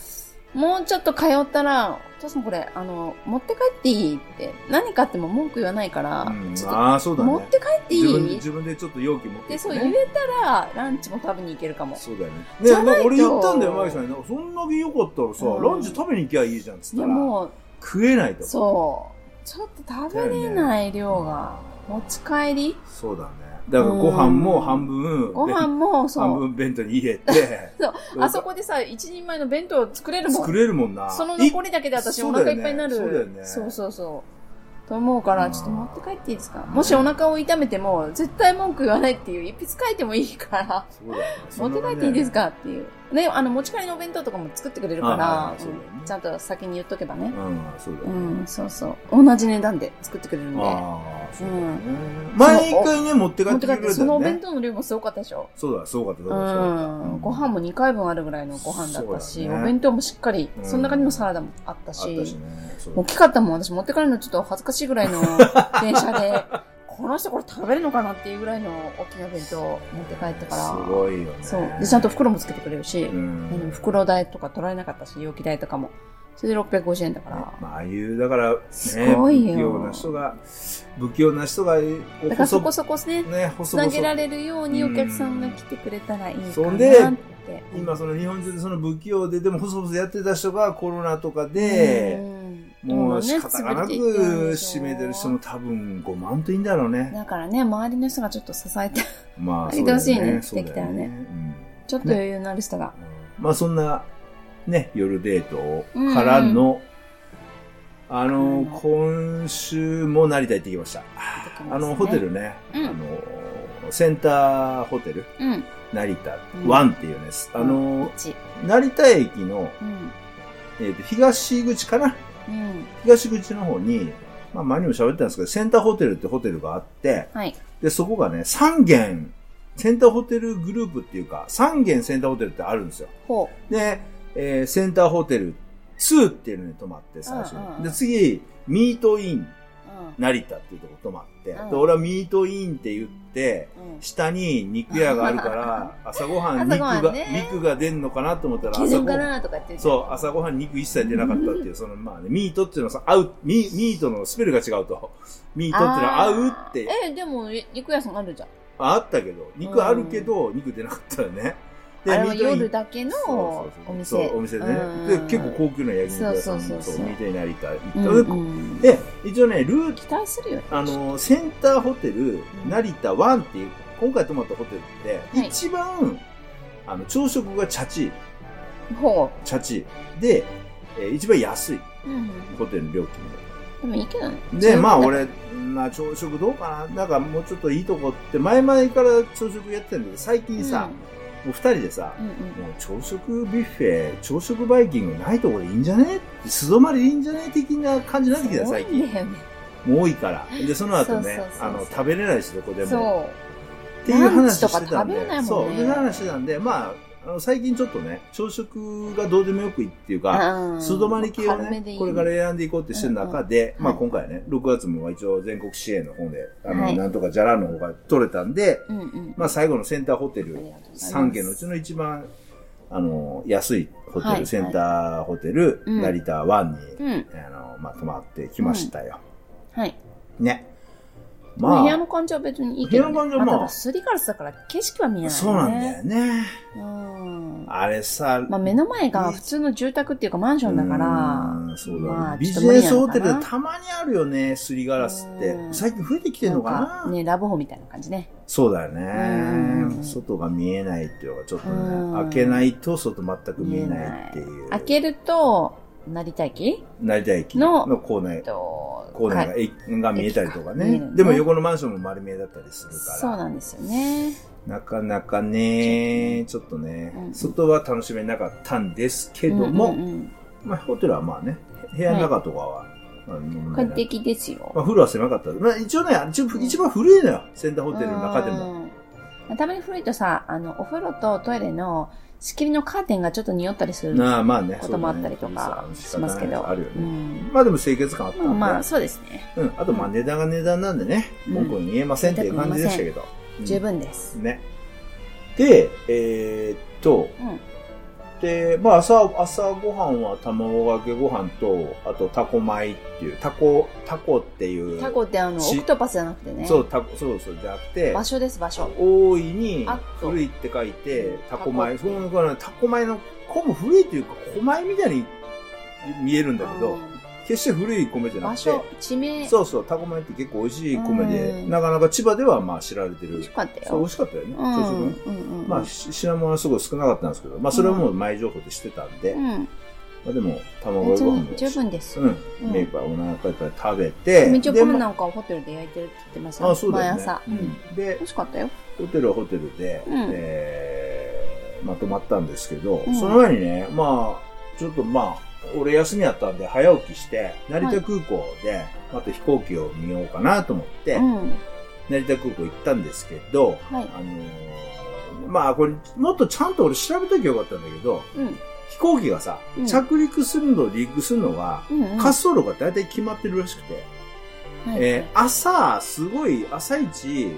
S1: もうちょっと通ったら「お父さんこれあの持って帰っていい?」って何買っても文句言わないから、
S2: うん
S1: ちょっと
S2: ああ、そうだね。
S1: 持って帰ってい
S2: 自分で
S1: い?」っ
S2: 自分でちょっと容器持って
S1: て
S2: きて
S1: そう
S2: ね
S1: 言えたらランチも食べに行けるかも
S2: そうだよね。
S1: じゃないと
S2: ね、俺言ったんだよ、マギさんに。そんなに良かったらさ、
S1: うん
S2: ランチ食べに行きゃいいじゃんっつ
S1: い
S2: っ
S1: や
S2: たら、
S1: もう
S2: 食えないと。
S1: そうちょっと食べれない量が、持ち帰り
S2: そうだね。だからご飯も半分、
S1: ご飯も
S2: 半
S1: そう、
S2: 分弁当に入れて
S1: (laughs) そうあそこでさ一人前の弁当作れるもん
S2: 作れるもんな。
S1: その残りだけで私
S2: そう
S1: お
S2: だよね
S1: 腹いっぱいになる。
S2: そうだよね
S1: そうそうそうと思うか
S2: う
S1: ら、
S2: ん
S1: ちょっと持って帰っていいですかもしお腹を痛めても、絶対文句言わないっていう、一筆書いてもいいから、
S2: そうだよね
S1: 持って帰っていいですかっていう。ね、あの、持ち帰りのお弁当とかも作ってくれるか
S2: あ
S1: ら
S2: あ、そうだよね
S1: うんちゃんと先に言っとけばね。
S2: うん、そうだよ
S1: う
S2: ね。
S1: ん、そうそう。同じ値段で作ってくれるんで。
S2: ああ、そうだよね。
S1: 前
S2: 前
S1: 一
S2: 一
S1: 回
S2: 回ね、持って帰
S1: 持
S2: っ
S1: って
S2: て
S1: 帰
S2: く
S1: っ
S2: れ
S1: て、
S2: た
S1: そのお
S2: よ
S1: 弁
S2: ね。
S1: 当の量もすごかったでしょ。
S2: そうだ、そうかった、そう
S1: う
S2: かったそうだった。
S1: ん、ご飯も2回分あるぐらいのご飯だったし、
S2: そうだね
S1: お弁当もしっかり、
S2: うん
S1: その中にもサラダもあった
S2: あ
S1: し、
S2: ったしね。そう
S1: 大きかったもん、私持って帰るのちょっと恥ずかしいぐらいの電車
S2: (laughs)
S1: で、この人これ食べるのかなっていうぐらいの大きな弁当持って帰ったから、
S2: すごいよね。
S1: そう。で、ちゃんと袋もつけてくれるし、
S2: うん
S1: あの袋代とか取られなかったし、容器代とかも。それで650円だから。
S2: まあ、ああいう、だから、ね、
S1: すごいよ
S2: 不器用な人が、不器用な人が、お
S1: だからそこそこね、
S2: ね、
S1: つ
S2: 細
S1: な
S2: 々
S1: げられるようにお客さんが来てくれたらいいか
S2: そ
S1: なんって
S2: で。今その日本中でその不器用ででも細々やってた人がコロナとかで
S1: うん
S2: も
S1: どんどん
S2: う
S1: ね
S2: 仕方がな
S1: 潰
S2: く
S1: れていったんでしょ
S2: 閉めてる人も多分5万といいんだろうね。
S1: だからね、周りの人がちょっと支えて、
S2: まあ、
S1: 入
S2: そ
S1: っ
S2: う
S1: て
S2: だ
S1: ほ
S2: よ
S1: しいね
S2: ね。そうだよ
S1: できたらね
S2: うん
S1: ちょっと余裕のある人が。
S2: まあそんな、ね、夜デートからの、あの、
S1: うん
S2: 今週も成田行ってきました。
S1: 出てきますね
S2: あの、ホテルね、
S1: うん
S2: あの、センターホテル、
S1: うん。
S2: 成田
S1: うん
S2: ワンっていうね、すあの、
S1: 1。
S2: 成田駅の、
S1: うん。
S2: えーと東口かな
S1: うん。
S2: 東口の方に、まあ前にも喋ったんですけど、センターホテルってホテルがあって、
S1: はい。
S2: で、そこがね、3軒、センターホテルグループっていうか、3軒センターホテルってあるんですよ。
S1: ほ
S2: で、えーセンターホテル2っていうのに泊まって、最初に。
S1: うんうん
S2: で、次、ミートイン
S1: う。うん。
S2: 成田っていうとこ泊まって、
S1: うん
S2: で、俺はミートインって言って、
S1: うん
S2: 下に肉屋があるから、朝ごはん肉
S1: (laughs) 朝ごは
S2: が、
S1: んね
S2: 肉が出んのかなと思ったら、
S1: 基
S2: 朝
S1: 準
S2: ご
S1: か
S2: はん、
S1: なとかって言って。
S2: そう、朝ごはん肉一切出なかったっていう、その、まあね、ミートっていうのはさ、合う、ミミートのスペルが違うと、ミートっていうのは合うって、
S1: あーえ、でも、い肉屋さんあるじゃん。
S2: あったけど、肉あるけど、肉出なかったよね。で
S1: あれ
S2: ミ
S1: は
S2: ートイン
S1: 夜だけの
S2: そう
S1: お
S2: そう
S1: 店。
S2: そうそうお店でね
S1: うん
S2: で結構高級な焼き肉屋さん
S1: そうそうそうそう
S2: ミートイン成田行った、
S1: うん
S2: で一応ねルー
S1: 期待するよね。
S2: あのセンターホテル
S1: ん
S2: 成田ワンっていう今回泊まったホテルって、
S1: はい
S2: 一番あの朝食がチャチ
S1: ほ。
S2: チャチで、えー一番安いう
S1: うん。
S2: ホテルの料金で
S1: でもいいけどね。
S2: で、まあ
S1: 十分だ
S2: 俺、まあ朝食どうかななんかもうちょっといいとこって、前々から朝食やってたんだけど、最近さ、もう二人でさ、
S1: うんうん
S2: もう朝食ビュッフェ、朝食バイキングないとこでいいんじゃね素泊まりでいいんじゃね的な感じになってきた、最近。
S1: すごいんだよね
S2: もう多いから。で、その後ね
S1: そうそうそう、そう
S2: あの、食べれないし、どこでも。
S1: そ
S2: っていう話をして
S1: ラ
S2: た
S1: ン
S2: ん
S1: チとか食べれないもんね
S2: で。そう。っていう話してたんで、まあ、あの最近ちょっとね、朝食がどうでもよくいいっていう
S1: う。
S2: か、
S1: うん
S2: 素泊まり系を
S1: 軽めで
S2: ね
S1: いい、
S2: これから選んでいこうってしてる中で、
S1: うん
S2: まあ
S1: はい
S2: 今回はね、6月も一応全国支援の方で、あ
S1: は
S2: の、
S1: い
S2: なんとかじゃらの方が取れたんで、
S1: うんうん。
S2: まあ最後のセンターホテル
S1: ありがとうございます
S2: 3軒のうちの一番、あの、安いホテル、
S1: はい
S2: センターホテル、
S1: うん
S2: 成田ワンに、
S1: うん。
S2: あの、まあ、泊まってきましたよ。
S1: はい。
S2: ね。
S1: ま
S2: ま
S1: あ、
S2: あ、
S1: 部屋の感じは別にいいけど、ね。
S2: 部屋の感じはまあ
S1: ただすりガラスだから景色は見えない、ね。
S2: そうなんだよね。
S1: うん。
S2: あれさ、
S1: まあ、目の前が普通の住宅っていうかマンションだから、
S2: うんそうだね、
S1: まあ
S2: ビ
S1: ちょっと
S2: ジ
S1: 無
S2: ネ
S1: 理な
S2: ス
S1: の
S2: ホ
S1: か
S2: テ
S1: な
S2: ルたまにあるよね、すりガラスって
S1: う。ん
S2: 最近増えてきてん
S1: な
S2: の
S1: ん
S2: かな
S1: かね、ラブホみたいな感じね。
S2: そうだよ
S1: う
S2: ね。
S1: ん
S2: 外が見えないっていうのがちょっと
S1: うん
S2: ね、開けないと外全く見えないっていう。
S1: 開けると、成田駅
S2: 成田駅
S1: の
S2: の構内
S1: えっと、
S2: コーナーが
S1: か
S2: 駅が見えたりとか
S1: 駅が見え
S2: ね
S1: るね
S2: でも横のマンションも丸見えだったりするから
S1: そうなんですよね。
S2: なかなかねちょっとね、
S1: うん
S2: 外は楽しめなかったんですけども、
S1: うんうん
S2: まあ、ホテルはまあね部屋の中とかは、まあ問
S1: うん快
S2: 題ない
S1: 適ですよ。
S2: まあ、風呂は狭かった、まあ、一応ね一応一番古いのよセンターホテルの中でも
S1: も。たまに古いとさ、あの、お風呂とトイレの仕切りのカーテンがちょっと匂ったりする。
S2: なあまあね
S1: こともあったりとか
S2: そうだね
S1: しますけど
S2: 仕方ないあるよ
S1: う
S2: ね、
S1: ん。
S2: まあでも清潔感あったんで、
S1: まあまあ、そうですね。
S2: うん、あとまあ値段が値段なんでね、
S1: うん
S2: 文句に言えませんっていう感じでしたけど、うん
S1: 十分です。
S2: ね。で、えーっと、
S1: うん
S2: で、まあ朝、朝ごはんは卵かけご飯と、あとタコ米っていう、タコ、タコっていう、
S1: タコってあの、オ
S2: し
S1: クトパスじゃなくてね。
S2: そう、タコ、そうそう、じゃなくて、
S1: 場所です、場所。
S2: 大いに
S1: あそう
S2: 古いって書いて、タコ
S1: タ
S2: 米、そうだからタコ米の、こも古いというか、米みたいに見えるんだけ
S1: う
S2: ど、
S1: ん
S2: 決して古い米じゃな
S1: 場
S2: くて
S1: 所、、地名、
S2: そうそう、タコ米って結構美味しい米で、
S1: うん
S2: なかなか千葉ではまあ知られて
S1: 美
S2: る
S1: 味し。かった
S2: そう、美
S1: よ。
S2: 味しかったよね。
S1: うん
S2: 朝食ね
S1: うんうん
S2: まあ、し品物はすごい少なかったんですけど、まあ、それはもう前情報でしてたんで、
S1: う
S2: ま
S1: ん。
S2: あ、でも、卵
S1: 別
S2: ご飯
S1: に
S2: も、
S1: 十分です。
S2: うん、
S1: ん
S2: メイクはお腹いっぱい食べて、
S1: みちょ
S2: で
S1: ぱん
S2: ま
S1: なんかはホテルで焼いてるって言ってました
S2: あ、
S1: よ
S2: あそうだ
S1: 毎
S2: よね
S1: 朝。。
S2: うんで
S1: 美、味しかったよ。
S2: ホテルはホテルで、
S1: うん
S2: えーまあ、泊まったんですけど、
S1: うん
S2: その前にね、まあ、ちょっとまあ、俺休みやったんで、早起きして、成田空港で、また飛行機を見ようかなと思って、
S1: うん。
S2: 成田空港行ったんですけど、
S1: はい。
S2: あのーまあ、これ、もっとちゃんと俺調べときゃよかったんだけど、
S1: うん。
S2: 飛行機がさ、
S1: うん
S2: 着陸するの、離陸するのが、
S1: うんうん。
S2: 滑走路が大体決まってるらしくて、
S1: はい
S2: えー朝、すごい、朝一、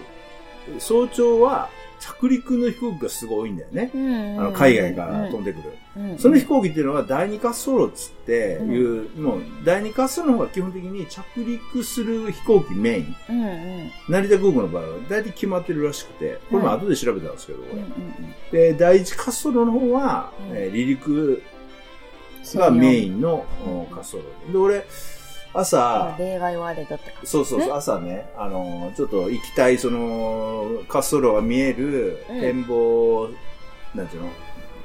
S2: 早朝は着陸の飛行機がすごい多いんだよね。あの海外から飛んでくる。その飛
S1: 行
S2: 行機っていうのは第二滑走路っつっていう、もう第二滑走路の方が基本的に着陸する飛行機メイン。
S1: うんうん
S2: 成田空港の場合は大体決まってるらしくて、これも後で調べたんですけど、こ
S1: うんう
S2: れ
S1: んうん
S2: で、第一滑走路の方は、
S1: うん
S2: えー離陸がメインのお滑走路で俺朝
S1: あ例外はあれだって感じ
S2: そうそうそう
S1: ね
S2: 朝ね、あのちょっと行きたい、その、滑走路が見える
S1: うん
S2: 展望、なんていうの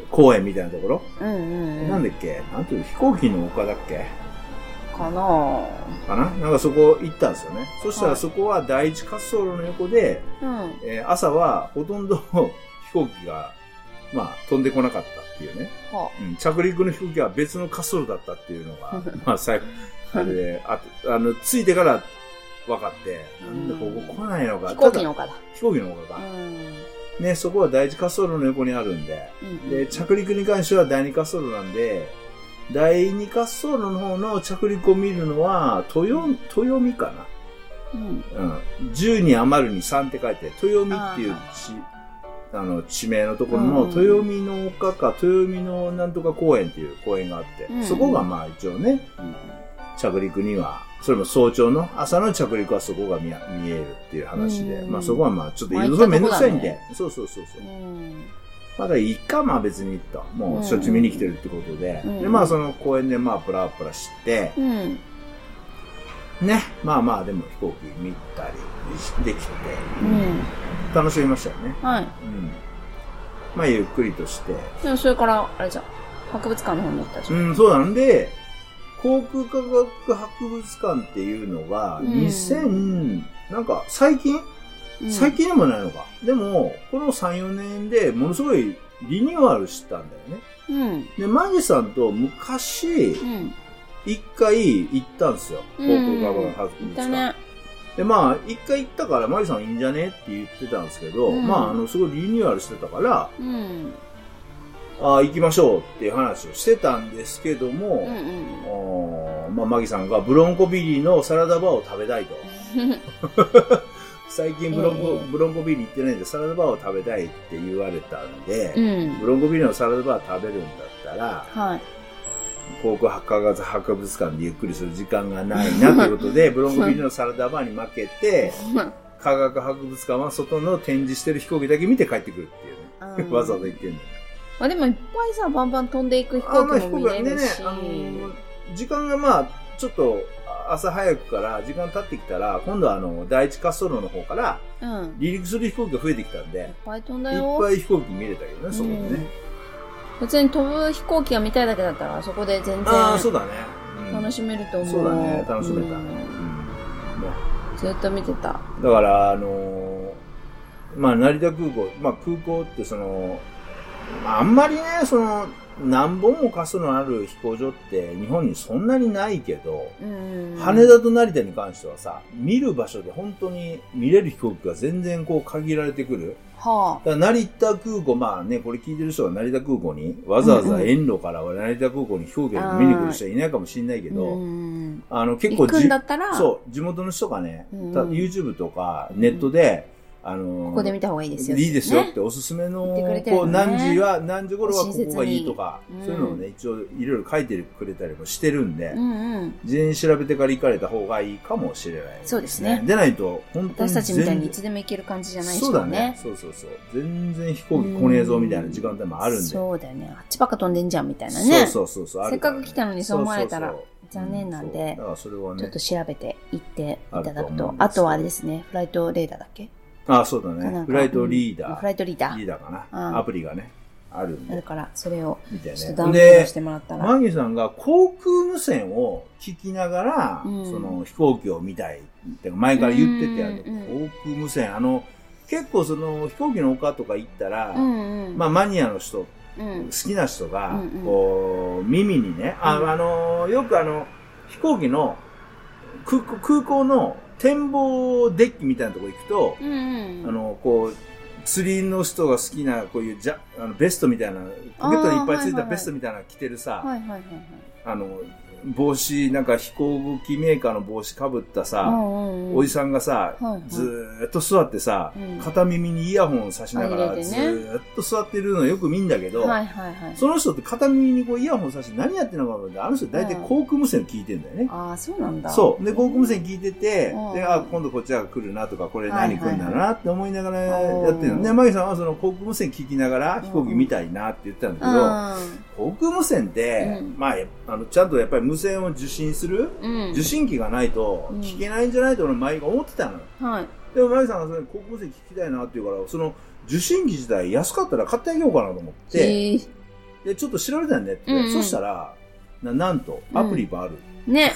S2: 公園みたいなところ、
S1: うんうんうん
S2: なんだっけなんていうの飛行機の丘だっけ
S1: かなぁ
S2: かななんかそこ行ったんですよね。そした
S1: は
S2: ら
S1: い
S2: そこは第一滑走路の横で、
S1: うん
S2: えー朝はほとんど飛行機が、まあ、飛んでこなかったっていうね。
S1: は
S2: うん、着陸の飛行機は別の滑走路だったっていうの
S1: (laughs)
S2: が、まあ、最後、あれで、あとあの、着いてから分かって、なんでここ来ないのか。
S1: 飛行機の丘だ
S2: ただ飛行機の丘
S1: う
S2: が、
S1: ん
S2: ね、そこは第一滑走路の横にあるんで、
S1: うん
S2: で、着陸に関しては第二滑走路なんで、第二滑走路の方の着陸を見るのは、豊、豊見かな。
S1: うん
S2: うん、10に余るに3って書いて、豊見っていう地、あの、地名のところの、
S1: うん
S2: 豊見の丘か、豊見のなんとか公園っていう公園があって、
S1: うん
S2: そこがまあ一応ね、着陸には、それも早朝の、朝の着陸はそこが見や見えるっていう話で、
S1: うん
S2: まあそこはまあちょっと
S1: まあ
S2: 移動めんどくさい
S1: 行
S2: ん
S1: ったとこ
S2: で、
S1: だね
S2: そうそうそうそう
S1: う。ん
S2: まだいいか、まあ別にと。もうしょっちゅう見に来てるってことで、
S1: うん
S2: で、まあその公園でまあプラプラして、
S1: うん
S2: ね、まあまあでも飛行機見たりしてきて、
S1: うん
S2: 楽しみましたよね。
S1: はい
S2: うん。まあ、ゆっくりとして。
S1: でもそれからあれじゃん博物館の方に行ったじ
S2: う
S1: ゃん
S2: ん、そうなんで、航空科学博物館っていうのが、
S1: うん
S2: 2000、なんか最近、
S1: うん
S2: 最近でもないのか。でも、この3、4年でものすごいリニューアルしたんだよね。
S1: うん
S2: で、マギさんと昔、
S1: うん
S2: 一回行ったんですよ。航空科学博
S1: 行っ
S2: 物
S1: た
S2: 館。
S1: ね
S2: で、まあ、一回行ったから、マギさんいいんじゃねって言ってたんですけど、
S1: うん
S2: まあ、あの、すごいリニューアルしてたから、
S1: うん
S2: あー行きましょうっていう話をしてたんですけども、
S1: うん
S2: おーまあ、マギさんがブロンコビリーのサラダバーを食べたいと。
S1: うん
S2: 最近ブロンコ、
S1: ええ
S2: ブロンコビリー行ってないんでサラダバーを食べたいって言われたんで、
S1: うん
S2: ブロンコビリーのサラダバー食べるんだったら、
S1: はい
S2: 航空博物博物館でゆっくりする時間がないなというこ
S1: (laughs)
S2: とで、ブロンコビリーのサラダバーに負けて、科学博物館は外の展示してる飛行機だけ見て帰ってくるっていう (laughs) ね。わざわざ行ってんだよ。
S1: まあでもいっぱいさバンバン飛んでいく飛
S2: あま
S1: 行
S2: あ
S1: 機も見れるし
S2: 飛行機ねねあの時間がまあちょっと朝早くから時間経ってきたら今度はあの第一滑走路の方から
S1: うんいっ
S2: 離陸する飛行機が増えてきたんでいっ
S1: ぱい飛んだよ
S2: ぱい飛行機見れたけどねそこでね、
S1: うん別に飛ぶ飛行機が見たいだけだったらあそこで全然
S2: ああそうだね、うん
S1: 楽しめると思う
S2: そうだね楽しめた
S1: う
S2: ね、
S1: ん
S2: うんね
S1: ずっと見てた
S2: だからあのーまあ成田空港まあ空港ってそのまああんまりねその何本も滑走路のある飛行場って日本にそんなにないけど、
S1: うん
S2: 羽田と成田に関してはさ、見る場所で本当に見れる飛行機が全然こう限られてくる。
S1: は
S2: だから成田空港、まあね、これ聞いてる人は成田空港に、わざわざ遠路から成田空港に飛行機を見に来る人はいないかもしれないけ
S1: あ
S2: ど、
S1: うん
S2: あの結
S1: 行
S2: 構
S1: くんだったらこ
S2: そう、地元の人がね、
S1: うんうん
S2: た YouTube とかネットで、あのー
S1: こで見た方がいいですよ
S2: いいですよっ
S1: ね
S2: ておすすめ
S1: 言
S2: の、
S1: ってくれてる
S2: こ
S1: よ
S2: う
S1: ね
S2: 何時は、何時頃はここがいいとか、
S1: 親切に
S2: そういうのをね、一応いろいろ書いてくれたりもしてるんで、
S1: うんうん
S2: 事前に調べてから行かれた方がいいかもしれない、
S1: そうですね
S2: でないと、本当に
S1: 私たちみたいにい
S2: 全
S1: つでも行ける感じじゃないし
S2: そうだね。そうそうそう。全然飛行機来ねえぞみたいな時間帯もあるんで。
S1: そうだよねあっちばっか飛んでんじゃんみたいなね
S2: そうそうそうそう。
S1: せっかく来たのにそう思われたら
S2: そうそうそう
S1: 残念なんで
S2: うだからそれは
S1: ちょっ
S2: ね
S1: と。調べて行っていただく
S2: あると思
S1: と
S2: うんですけど
S1: あとはあれですねフライトレーダーだっけ
S2: あ、そうだ
S1: なん
S2: ね。
S1: か
S2: フライト
S1: う
S2: リー
S1: ん
S2: ダ
S1: フラ
S2: ー。
S1: イトリーダ
S2: リ
S1: ー
S2: ーダーか
S1: うん
S2: な。アプリがね、あるん
S1: だ
S2: で。
S1: からそれを
S2: みたい
S1: ちょっとダウ
S2: な
S1: ン
S2: ね。
S1: ロード
S2: で
S1: し、てもらったら
S2: マギさんが航空無線を聞きながら、
S1: うん
S2: その飛行機を見たいって前から言ってて、あ
S1: うん
S2: の航空無線、あの、結構その飛行機の丘とか行ったら、
S1: うんうん
S2: まあマニアの人、
S1: う
S2: 好
S1: ん
S2: きな人が
S1: うんうん、
S2: こう、耳にね、あ
S1: うん
S2: あの、よくあの、飛行機の空港、空港の展望デッキみたいなとこ行くと、
S1: うんうん
S2: あの、こう、釣りの人が好きな、こういうジャ、あのベストみたいな、ポケットにいっぱいつ
S1: あーはい
S2: い
S1: はい
S2: た
S1: はい
S2: ベストみたいなの着てるさ、
S1: はいはいはいはい
S2: あの、帽子、なんか飛行機メーカーの帽子かぶったさ、お
S1: お
S2: じさんがさ、
S1: はいはい
S2: ずーっと座ってさ、
S1: うん
S2: 片耳にイヤホンを差しな
S1: あ
S2: が
S1: 入
S2: ら
S1: れて
S2: ず
S1: ね
S2: ーっと座ってるのよく見んだけど、
S1: はいはいはい。
S2: その人って片耳にこうイヤホン差して何やってんのかなって、あの人大体航空無線聞いてんだよね。
S1: ああ、そうなんだ。
S2: そう。で、航空無線聞いてて、
S1: うん
S2: で、あ、今度こっちが来るなとか、これ
S1: はいは
S2: 何
S1: い
S2: 来るんだろうなって思いながらやってる
S1: う
S2: の。
S1: ん
S2: で、マギさんはその航空無線聞きながら飛行機見たいなって言ってたんだけど、航空無線って、
S1: うん
S2: まあ、やあの、ちゃんとやっぱり無線を受信する、
S1: うん。うん。
S2: 受信機がないと
S1: うん
S2: 聞けないんじゃないと俺前が思ってたのよ。
S1: はい。
S2: でもマギさんがそれ航空無線聞きたいなって言うから、その受信機自体安かったら買ってあげようかなと思って、
S1: えー
S2: で、ちょっと調べたんねって。
S1: うんうん
S2: そしたら、ななんと、アプリもある。
S1: ね。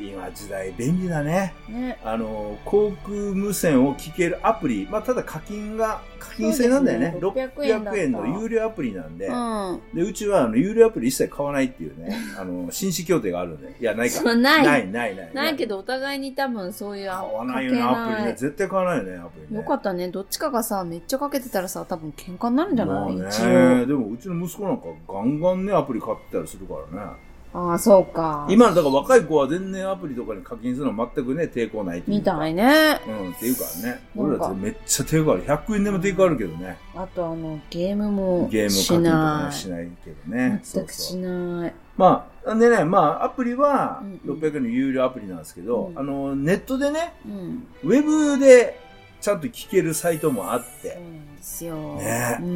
S2: 今時代便利だね。
S1: ね。
S2: あの、航空無線を聞けるアプリ、まあ、ただ課金が、課金制なんだよね。
S1: そうですね600円だった
S2: 600円の有料アプリなんで、
S1: うん。
S2: で、うちは、あの、有料アプリ一切買わないってい
S1: (laughs)
S2: うね、あの、紳士協定があるんで。いや、ないか。
S1: そうない
S2: ない、ない、ない。
S1: ないけ
S2: ど。
S1: ど、お互いに多分そういう、あ
S2: 買わないよね、
S1: か
S2: ア
S1: け
S2: プリ
S1: ない
S2: ね。絶対買わないよね、アプリね。
S1: よかったね。どっちかがさ、めっちゃかけてたらさ、多分喧嘩になるんじゃない、
S2: ま
S1: 一
S2: あね
S1: 応。
S2: でも、うちの息子なんか、ガンガンね、アプリ買ってたりするからね。
S1: ああ、そうか。
S2: 今の、だから若い子は全然アプリとかに課金するのは全くね、抵抗ないっていう
S1: み
S2: か。
S1: たいね。
S2: うん、っていうからね。俺らめっちゃ抵抗ある。100円でも抵抗あるけどね。
S1: あと、あの、ゲームも
S2: ゲーム課
S1: し
S2: 金とか
S1: な
S2: ね
S1: い。
S2: しないけどね。そ
S1: 全
S2: う
S1: くし
S2: そう。
S1: ない。
S2: まあ、でね、まあ、アプリは
S1: うんうん
S2: 600円の有料アプリなんですけど、
S1: うん
S2: あの、ネットでね、
S1: うん。
S2: ウェブでちゃんと聞けるサイトもあっ
S1: そう
S2: て、
S1: なんですよ。
S2: ね
S1: うん。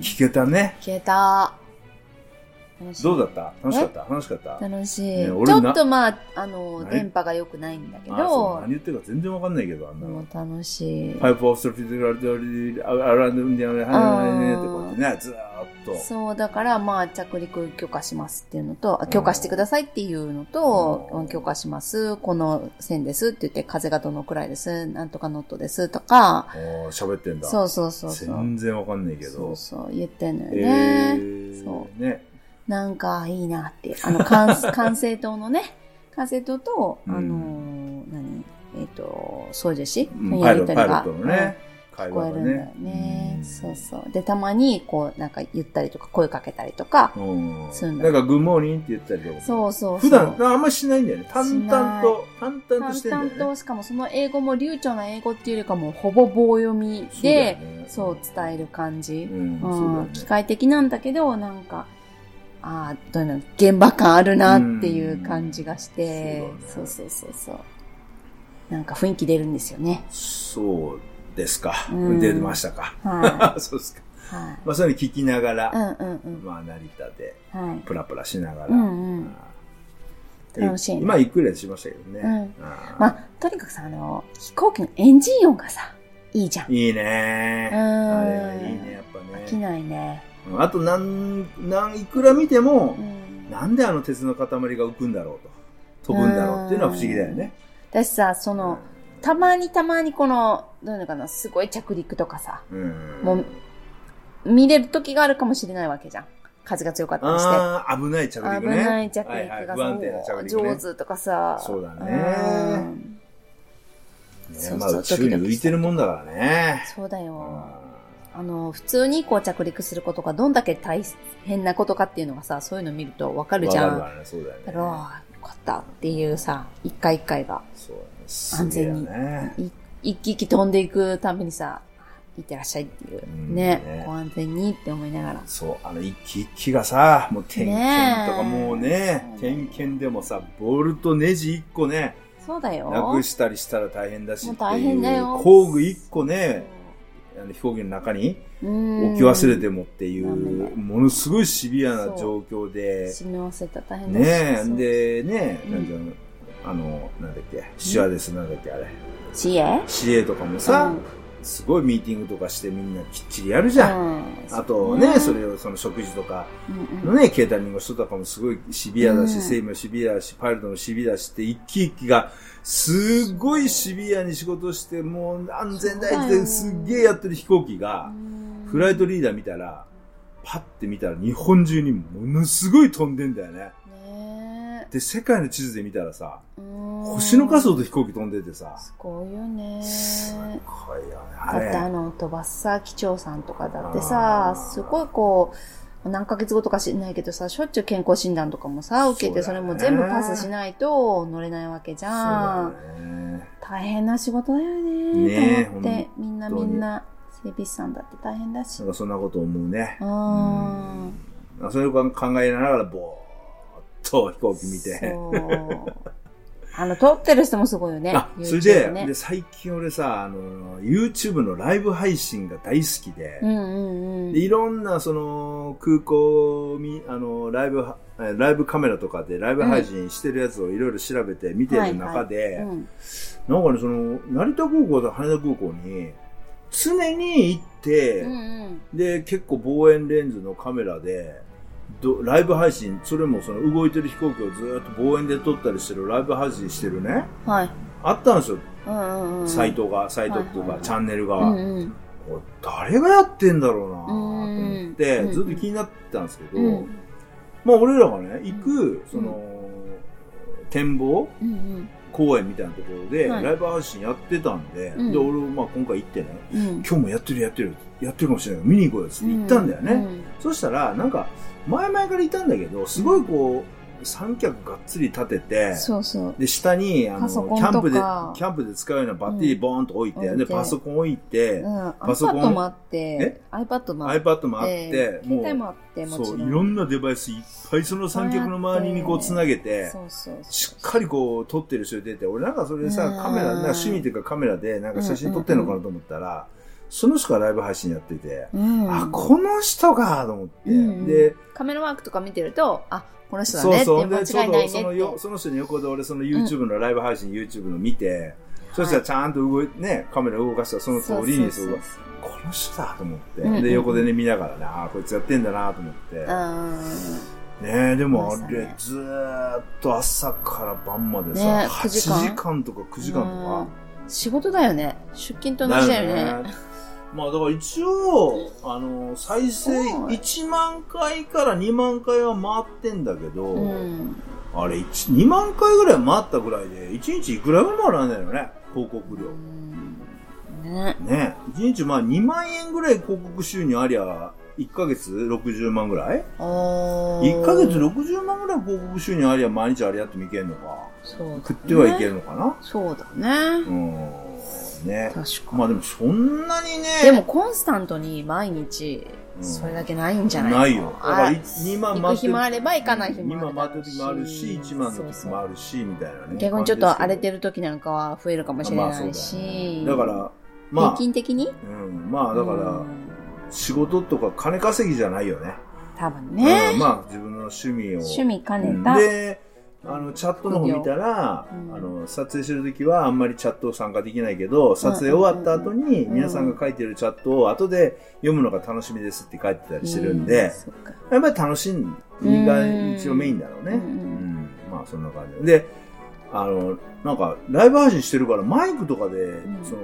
S2: 聞けたね。
S1: 消えた。楽しい
S2: どうだった楽しかった楽しかった
S1: 楽しい、
S2: ね俺
S1: ち
S2: な
S1: ょっとまあ、あの、
S2: ない
S1: 電波が良くないんだけ
S2: あそう
S1: ど
S2: 何、言ってるか全然わかんないけど、あん
S1: で
S2: な
S1: も
S2: の。
S1: 楽しい。
S2: パイプオフストフィードラルアランドンディアルハネネってこうやってね、ずーっと。
S1: そう、だから、まあ、着陸許可しますっていうのと、あ許可してくださいっていうのと、
S2: うん
S1: 許可します、この線ですって言って、風がどのくらいです、なんとかノットですとか、
S2: おー喋ってんだ。
S1: そうそうそうそう。
S2: 全然わかんないけ
S1: そ
S2: ど
S1: う。そう、言ってんのよ
S2: え
S1: ね。
S2: ー
S1: そ
S2: ね。
S1: なんか、いいなって。あの、管
S2: (laughs)
S1: 管制塔のね、管制塔と、あ
S2: うん
S1: のー何えっ、と、操縦士
S2: うん
S1: の
S2: パ
S1: や
S2: イロ
S1: りと
S2: ット
S1: り
S2: パイロッ
S1: が
S2: トのね、
S1: う
S2: 会
S1: ん聞こ
S2: 話
S1: え
S2: が
S1: るんだよね。
S2: うん
S1: そうそう。で、たまに、こう、なんか言ったりとか、声かけたりとか、
S2: うん
S1: するんだ
S2: なんか、グッモーニングって言ったりとか。
S1: そうそうそう。
S2: 普段、あんまりしないんだよね。淡々と、淡々としてんだよ
S1: 淡
S2: ね。
S1: 々と、しかもその英語も流暢な英語っていうよりかもうほぼ棒読みで、そう,、伝える感じ、
S2: う
S1: うん
S2: ん、そうだよね
S1: 機械的なんだけど、なんか、ああ、どういうの、現場感あるなっていう感じがして、
S2: うんそ
S1: そうう
S2: だね
S1: そうそうそう。なんか雰囲気出るんですよね。
S2: そうですか
S1: う。ん
S2: 出てましたか。 (laughs)
S1: は
S2: そうですか。
S1: い。は
S2: まあ、そういうの聞きなが
S1: い。う
S2: ら、
S1: んうんうん。
S2: まあ、成田で、
S1: はい。
S2: プラプラしなが
S1: う
S2: ら。
S1: んうん。
S2: あー
S1: 楽しいね
S2: 今、ゆっくりはしましたけどね。
S1: う
S2: あー
S1: まあ、とにかくさ、あの、飛行機のエンジン音がさ、いいじゃん。
S2: いいね。
S1: うん
S2: あれはいいね、やっぱ
S1: 飽き
S2: ね。
S1: ないね。
S2: うんあと、なん、なん、いくら見ても
S1: う、ん。
S2: なんであの鉄の塊が浮くんだろうと、飛ぶんだろうっていうのは不思議だよね。
S1: 私さ、その、たまにたまにこの、どういうのかな、すごい着陸とかさ、
S2: うん、
S1: もう見れる時があるかもしれないわけじゃん。風が強かったりして。
S2: ああ、危ない着陸
S1: 危
S2: ね。
S1: ない着陸がさ、
S2: はいはい不安定な着陸ね
S1: 上手とかさ。
S2: そうだね
S1: ん
S2: ね
S1: そう
S2: ま
S1: そう
S2: あ、宇宙に浮いてるもんだからね。
S1: そうだ
S2: う
S1: よ。
S2: ん
S1: あの、普通にこう着陸することがどんだけ大変なことかっていうのがさ、そういうの見るとわかるじゃ
S2: わ
S1: ん。
S2: かるわね、そうだよね。
S1: だから、あーよかったっていうさ、一回一回が、
S2: そうだね。すげえよね。
S1: い一気一気飛んでいくためにさ、いってらっしゃいっていう
S2: うん
S1: ね、
S2: ね
S1: ご安全にって思いながら。
S2: そう、あの一気一気がさ、もう点検とか
S1: ねえ
S2: もうね、
S1: そうだよ
S2: 点検でもさ、ボルトネジ1個ね、
S1: そうだよ。
S2: なくしたりしたら大変だし
S1: も
S2: っ
S1: う
S2: て
S1: 大
S2: い
S1: 変だ
S2: う
S1: よ。
S2: 工具1個ね、あの飛行機の中に
S1: うん、
S2: 置き忘れてもってい
S1: ダメ
S2: う、
S1: だ
S2: ものすごいシビアな状況で、
S1: 死に忘れたら大変だし
S2: ねえ、
S1: そう、
S2: で、ね
S1: うん
S2: なんていうの、あの、なんだっけ、シュアです、なんだっけ、あれ。
S1: 知恵
S2: CA とかもさ
S1: うん、
S2: すごいミーティングとかしてみんなきっちりやるじ
S1: う
S2: ゃん。
S1: ん
S2: (laughs) あとね、そ、れをその食事とか
S1: うんう
S2: の
S1: ん
S2: ね、ケータリングの人とかもすごいシビアだ
S1: う
S2: し、
S1: ん
S2: セイもシビアだし、パイロットもシビアだしって、一気一気が、すごいシビアに仕事して、もう安全第
S1: そ
S2: 一
S1: うだ
S2: で
S1: よ
S2: すっげえやってる飛行機が、フライトリーダー見たら、パッて見たら日本中にものすごい飛んでんだよね。
S1: ね
S2: で、世界の地図で見たらさ、
S1: えうん
S2: 星の数ほど飛行機飛んでてさ、
S1: すごいよね。
S2: すごいよね、
S1: だ
S2: あ
S1: ってあ
S2: れ。
S1: の飛ばすさ機長さんとかだってさ
S2: あー
S1: すごいこう何ヶ月後とか知んないけどさ、しょっちゅう健康診断とかもさ、受けて
S2: そ
S1: そう
S2: だ
S1: れ
S2: ね
S1: も全部パスしないと乗れないわけじゃん。
S2: そうだね。
S1: 大変な仕事だよ
S2: ねえ
S1: ね。と思って、みんな
S2: 本当
S1: み
S2: に
S1: んな、整備士さんだって大変だし
S2: なん。かそんなこと思うね。
S1: う
S2: うん
S1: ん。
S2: それを考えながら、ぼーっと飛行機見て。
S1: そう。あの、撮ってる人もすごいよね。
S2: あ、それ
S1: YouTube
S2: で、
S1: ね
S2: で、最近俺さ、あの、YouTube のライブ配信が大好きで
S1: う、んうんうん。
S2: でいろんな、その、空港み、あの、ライブは、えライブカメラとかでライブ配信してるやつをいろいろ調べて見てる中で、
S1: うん
S2: なんかね、その、成田空港と羽田空港に、常に行って、
S1: うんうん。
S2: で、結構望遠レンズのカメラで、どライブ配信、それもその動いてる飛行機をずーっと望遠で撮ったりしてるライブ配信してるね、
S1: はい。
S2: あったんですよ、
S1: うんうんうん。
S2: サイトが、サイトっていう
S1: はいはい
S2: か
S1: はい
S2: チャンネルが。
S1: うんうん。
S2: これ誰がやってんだろうなと思って
S1: う、ん
S2: ずっと気になってたんですけど、
S1: うん
S2: まあ俺らがね、行く
S1: ん、
S2: その、展望
S1: うん
S2: 公園みたいなところで、
S1: はい
S2: ライブ配信やってたんで、
S1: うん
S2: で、俺もまあ今回行ってね、
S1: うん。うん。
S2: 今日もやってるやってる、やってるかもしれないから見に行こうよっつって行ったんだよね。そしたら、なんか、前々からいたんだけど、すごいこう、三脚がっつり立て
S1: う
S2: て
S1: ん。、そうそう。
S2: で、下に、あの、
S1: パ
S2: キ
S1: ソコンとか
S2: ャンプで、キャンプで使うようなバッテリーボーンと置い
S1: う
S2: て、
S1: ん
S2: で、
S1: 置いて
S2: パソコン置いて
S1: う、ん。
S2: パソコン
S1: iPad もあって、iPad もあって、
S2: iPad もあって、
S1: 携帯も
S2: う、
S1: あって、も
S2: そ
S1: ち
S2: う、
S1: ろ
S2: い
S1: ん。
S2: ろんなデバイスいっぱいその三脚の周りにこう、つなげて、
S1: そうそうそう。
S2: しっかりこう、撮ってる人いてて、俺なんかそれでさ、
S1: うん
S2: カメラ、なんか趣味というかカメラで、なんか写真撮ってるのかなと思ったら、その人がライブ配信やってて、
S1: うん。
S2: あ、この人かと思って、
S1: うん
S2: で、
S1: カメラワークとか見てると、あ、この人だ
S2: そう
S1: ねって
S2: そ。
S1: いうう
S2: で、
S1: 間
S2: ち
S1: 違
S2: ょう
S1: いな
S2: ど
S1: い
S2: そ
S1: ね
S2: の
S1: って
S2: よ、。その人の横で俺その YouTube のライブ配信、YouTube の見て、そしたらちゃんと動いね、カメラ動かしたらその通りに、
S1: そ
S2: そ
S1: そう
S2: うう
S1: う
S2: わ
S1: そう
S2: この人だと思って、
S1: うんうんうん
S2: で、横でね、見ながらね、ああ、こいつやってんだなと思って。
S1: う
S2: ねえ、でも
S1: ま
S2: あ
S1: した
S2: れ
S1: ね、
S2: ずーっと朝から晩までさ、
S1: ね
S2: 8
S1: 9
S2: 時
S1: 時間
S2: 間とか9時間とか。
S1: ん。仕事だよね。出勤と同じだよね。
S2: ね。まあだから一応、あの、再生1万回から2万回は回ってんだけど、
S1: うん。
S2: あれ、1 2万回ぐらい回ったぐらいで、1日いくらぐらい回らないのね、広告料
S1: う。んね。
S2: ね1日まあ2万円ぐらい広告収入ありゃ、1ヶ月60万ぐらい
S1: おー
S2: ?1 ヶ月60万ぐらい広告収入ありゃ、毎日あれやってもいけんのか。
S1: そうだ
S2: 食ってはいけ
S1: ね。
S2: るのかな、
S1: そうだね
S2: う。ん。ね
S1: 確か。
S2: まあでもそんなにね。
S1: でもコンスタントに毎日、
S2: うん
S1: それだけないんじゃない
S2: ないよ。だから
S1: あ
S2: 2万
S1: 行く
S2: 回って
S1: 日もあれば行かない日もある
S2: 2万回って時もあるし、1万の時もあ
S1: る。
S2: るし、みたいなね。
S1: 逆にちょっと荒れて
S2: る
S1: る時なんかは増えるかもしれないし。
S2: だから、まあ
S1: 平、均的に
S2: うん、まあだか
S1: う
S2: ら、
S1: ん
S2: 仕事とか金稼ぎじゃないよね。
S1: 多分ね
S2: うん、。まあ自分の趣味を。
S1: 趣味兼ね
S2: う
S1: た
S2: ん。で、あの、チャットの方見たら、
S1: 副業
S2: あの、撮影してる時はあんまりチャット参加できないけど、撮影終わった後に
S1: うん
S2: 皆さんが書いてるチャットを後で読むのが楽しみですって書いてたりしてるん
S1: う
S2: で、
S1: そっか
S2: やっぱり楽しみが一応メインだろうね。う
S1: うんん
S2: まあそんな感じで。で、あの、なんか、ライブ配信してるから、マイクとかで、
S1: ん
S2: その、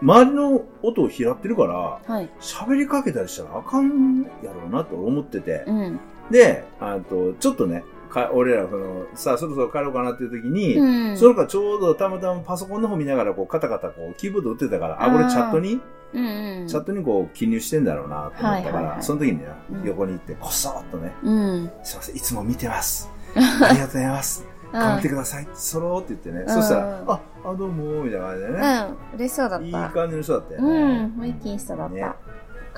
S2: 周りの音を拾ってるから、
S1: はい。
S2: 喋りかけたりしたらあかんやろうなと俺思ってて。
S1: うん。
S2: で、あと、ちょっとね、か俺ら、その、さあ、そろそろ帰ろうかなっていう時に、
S1: うん
S2: そのかちょうどたまたまパソコンの方見ながら、こう、カタカタ、こう、キーボード打ってたから、あ、これ
S1: あー
S2: チャットに、
S1: うんうん。
S2: チャットにこう、記入してんだろうなと思ったから、
S1: はいはいはい
S2: その時にね
S1: う、ん
S2: 横に行って、こそっとね、
S1: うん。
S2: すいません、いつも見
S1: (laughs)
S2: てます。ありがとうございます。頑張ってください。そろーって言ってね、
S1: ん
S2: そしたら、あ、あ、どうも、みたいな感じで
S1: う
S2: ね、
S1: ん。嬉しそうだった。
S2: いい感じの人だったよね。
S1: うん。雰囲気いい人だっ
S2: ね
S1: た。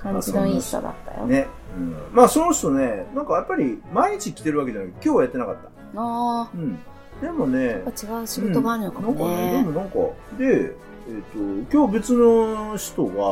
S1: 感じのいい人だったよ。
S2: ね、うん、まあその人ねなんかやっぱり毎日来てるわけじゃない今日はやってなかった
S1: ああ。
S2: うん、でもね
S1: やっ、ぱ違う仕事があるのかも
S2: うん
S1: ね。
S2: なんかね、でもなんか、で、えっ、と、今日別の人
S1: うん
S2: が、
S1: う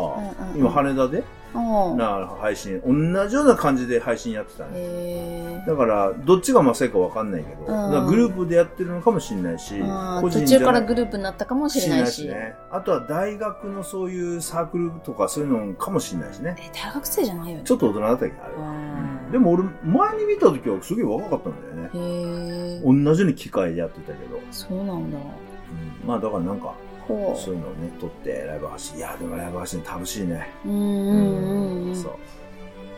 S1: んうん
S2: 今羽田で、
S1: うん
S2: な配信、同じような感じで配信やってたね。
S1: へ
S2: だから、どっちがまさかわかんないけど、だからグループでやってるのかもしれないし
S1: え。、あ
S2: 個
S1: ー
S2: 人
S1: 途
S2: じゃ
S1: 中
S2: ない
S1: からグループになったかもしれないし。え
S2: ね。あとは大学のそういうサークルとかそういうのかもしれないしね。
S1: 大学生じゃないよね
S2: ち。ょっと大人だったけど、あれ。
S1: うん
S2: でも俺、前に見た時はすげえ若かったんだよね。
S1: へえ。
S2: 同じように機械でやってたけど。
S1: そうなんだ。
S2: うんまあだからなんか、
S1: ほ
S2: そういうのをね、撮ってライブ配信。いや、でもライブ配信楽しいね。
S1: う。うんうんうん。
S2: そう。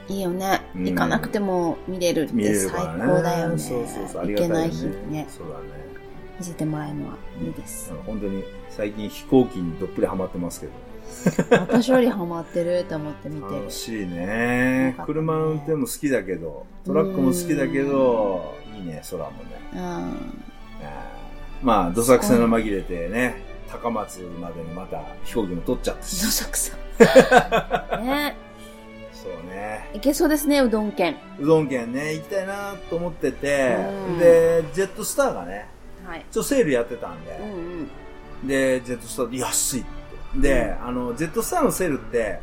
S1: いいよね。
S2: うん
S1: 行かなくても見れるっ
S2: 見れ
S1: て
S2: る
S1: 最
S2: からね。
S1: 高だよね。
S2: そうそうそう。あり
S1: 行け
S2: がたいよ
S1: な
S2: ね
S1: い日にね、
S2: そうだね。
S1: 見せてもらえるのはいいです
S2: あ。の本当に最近飛行機にどっぷりハマってますけど。
S1: 私よりハマってると思って見てる
S2: 楽。しい
S1: よかっ
S2: ね
S1: たね
S2: 車の運転も好きだけどトラックも好きだけどいいね空もね
S1: うん。
S2: うんまあどさくさに紛れてね高松までにまた飛行機も取っちゃった
S1: ど
S2: し
S1: さくさ。
S2: (laughs)
S1: ね
S2: そうね
S1: いけそうですね、うどん県。
S2: うどん県ね行きたいなと思ってて
S1: うん
S2: でジェットスターがね
S1: はい。
S2: ちょっとセールやってたんで
S1: うんうん。
S2: でジェットスターで安いってで、あのジェットスターのセールって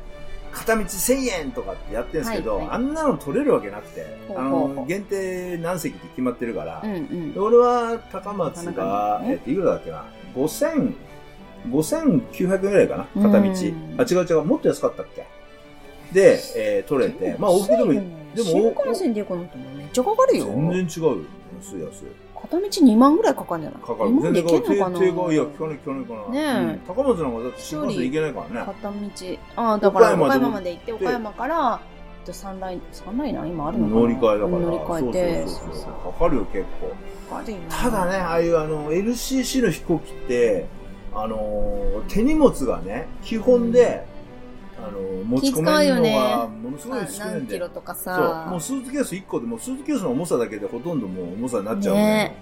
S2: 片道1000円とかってやってるんですけど、
S1: はいはい
S2: あんなの取れるわけなくて
S1: ほう
S2: あ
S1: ほうほ
S2: の
S1: う
S2: 限定何席って決まってるから、
S1: うんう
S2: で
S1: ん。
S2: 俺は高松
S1: なかな
S2: が、
S1: かね
S2: えっといくらだっけな5000 5900円ぐらいかな片道、
S1: うん
S2: あ違う違うもっと安かったっけで、えー取れてまあ往復でも
S1: でも
S2: でも
S1: 新幹線で行くのともめっちゃかかるよ。
S2: 全然違うよ安い安い
S1: 片道2万ぐらいかかるんじゃない
S2: かかる
S1: 今ま
S2: 全
S1: で
S2: 然
S1: 行けん
S2: か
S1: のかな
S2: 定価いや聞かない聞かないかな、
S1: ねえ
S2: うん高松なんかだって新幹線行けないからね
S1: 片道ああだから岡
S2: 岡
S1: 山
S2: 山
S1: ま
S2: ま
S1: で行って
S2: で
S1: 岡山からえっと三来三来な今あるのかな
S2: 乗り換えだから
S1: うん乗り換えて
S2: そうそうそうそうかかるよ結構
S1: かかるよね
S2: ただねああいうあの LCC の飛行機ってあのー手荷物がね基本で、あのー持ち込めるのがものすごい
S1: あ
S2: 少ない
S1: 何
S2: ん
S1: キ
S2: で、
S1: ロとか
S2: そうも
S1: さ
S2: うスーツケース1個でもうスーツケースの重さだけでほとんどもう重さになっちゃうような
S1: ね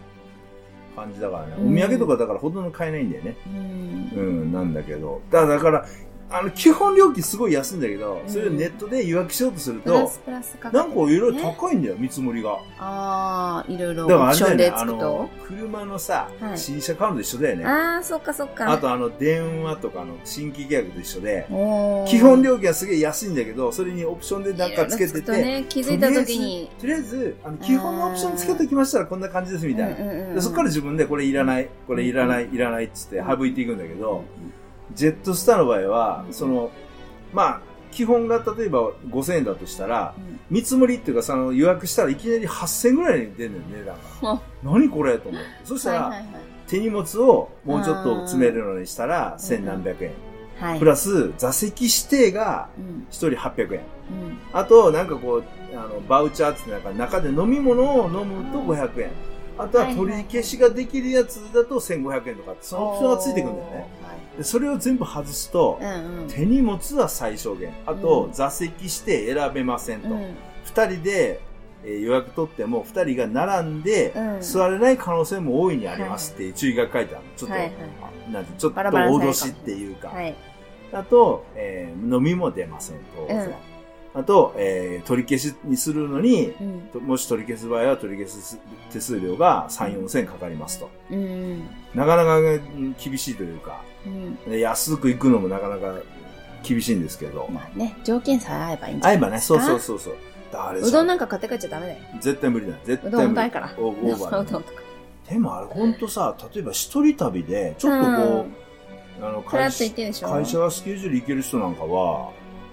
S2: 感じだからね
S1: うん
S2: お土産とかだからほとんど買えないんだよね
S1: うん
S2: うん、なんだけど。だだから、あの、基本料金すごい安いんだけど、
S1: うん
S2: それをネットで予約しようとする
S1: プラ
S2: と
S1: ス、プラスかか
S2: なんかいろいろ
S1: ね
S2: 高いんだよ、見積もりが。
S1: ああいろいろ
S2: だ
S1: オプ
S2: からあれ
S1: ション
S2: だ
S1: で
S2: よ
S1: つ
S2: ね、あ
S1: く
S2: の
S1: と、
S2: 車のさ
S1: は、い
S2: 新車買うのと一緒だよね。
S1: ああそっかそっか
S2: あとあの、電話とかの新規契約と一緒で、
S1: おー
S2: 基本料金はすげえ安いんだけど、それにオプションでなんかつけて
S1: いろいろくと
S2: て、
S1: ね気づいた時に
S2: とりあえず、あの、基本のオプションつけときましたらこんな感じですみたいな。でそこから
S1: ら
S2: 自分でこれいらない、これいらない、いらないっつって省いていくんだけど、ジェットスターの場合は、
S1: うん
S2: その、まあ、基本が例えば5000円だとしたら、見積もりっていうか、その予約したらいきなり8000円ぐらいに出るのよ、値段
S1: あ (laughs)
S2: が。何これと思って。そしたら、手荷物をもうちょっと詰めるのにしたら、
S1: ー
S2: 千何百円。
S1: はい
S2: プラス、座席指定が
S1: うん
S2: 1人800
S1: うん
S2: 円。あと、なんかこう、あのバウチャーってなんか中で飲み物を飲むと500円。あとは取り消しができるやつだと1500円とかって、そのオプションがついてくるんだよね。でそれを全部外すと、
S1: おーはいうんうん
S2: 手荷物は最小限あと、
S1: うん
S2: 座席指定選べませんと、
S1: う
S2: 二
S1: ん
S2: 2人で、えー予約取っても2人が並んで、
S1: うん
S2: 座れない可能性も大いにありますっていう注意が書いてあるちょっと、
S1: はいはい
S2: なんてちょっと
S1: バラバラにされた
S2: 脅しっていうか
S1: はい
S2: あと、えー飲みも出ません当然、あと、えー取り消しにするのに
S1: うん
S2: ともし取り消す場合は取り消す手数料が3 4 0円かかりますと
S1: うん
S2: なかなかうん厳しいというか
S1: うん
S2: で安く行くのもなかなか厳しいんですけど、
S1: まあね条件さえ合えばいいんじゃ
S2: あ
S1: ない
S2: 今ね、そうそうそうそう。あれ
S1: うどん
S2: さ、
S1: なんか買って帰っちゃダメだよ
S2: 絶対無理だよ。絶
S1: う
S2: 対無
S1: ど
S2: 理。
S1: ん重たいから
S2: オーオーバー
S1: (laughs) うど
S2: だね
S1: んとか
S2: でもあれほんとさ、例えば一人旅で、ちょっとこう、あの
S1: ふら
S2: 会
S1: っと行っ
S2: 社、
S1: てるでしょ
S2: 会社がスケジュール行ける人なんかは、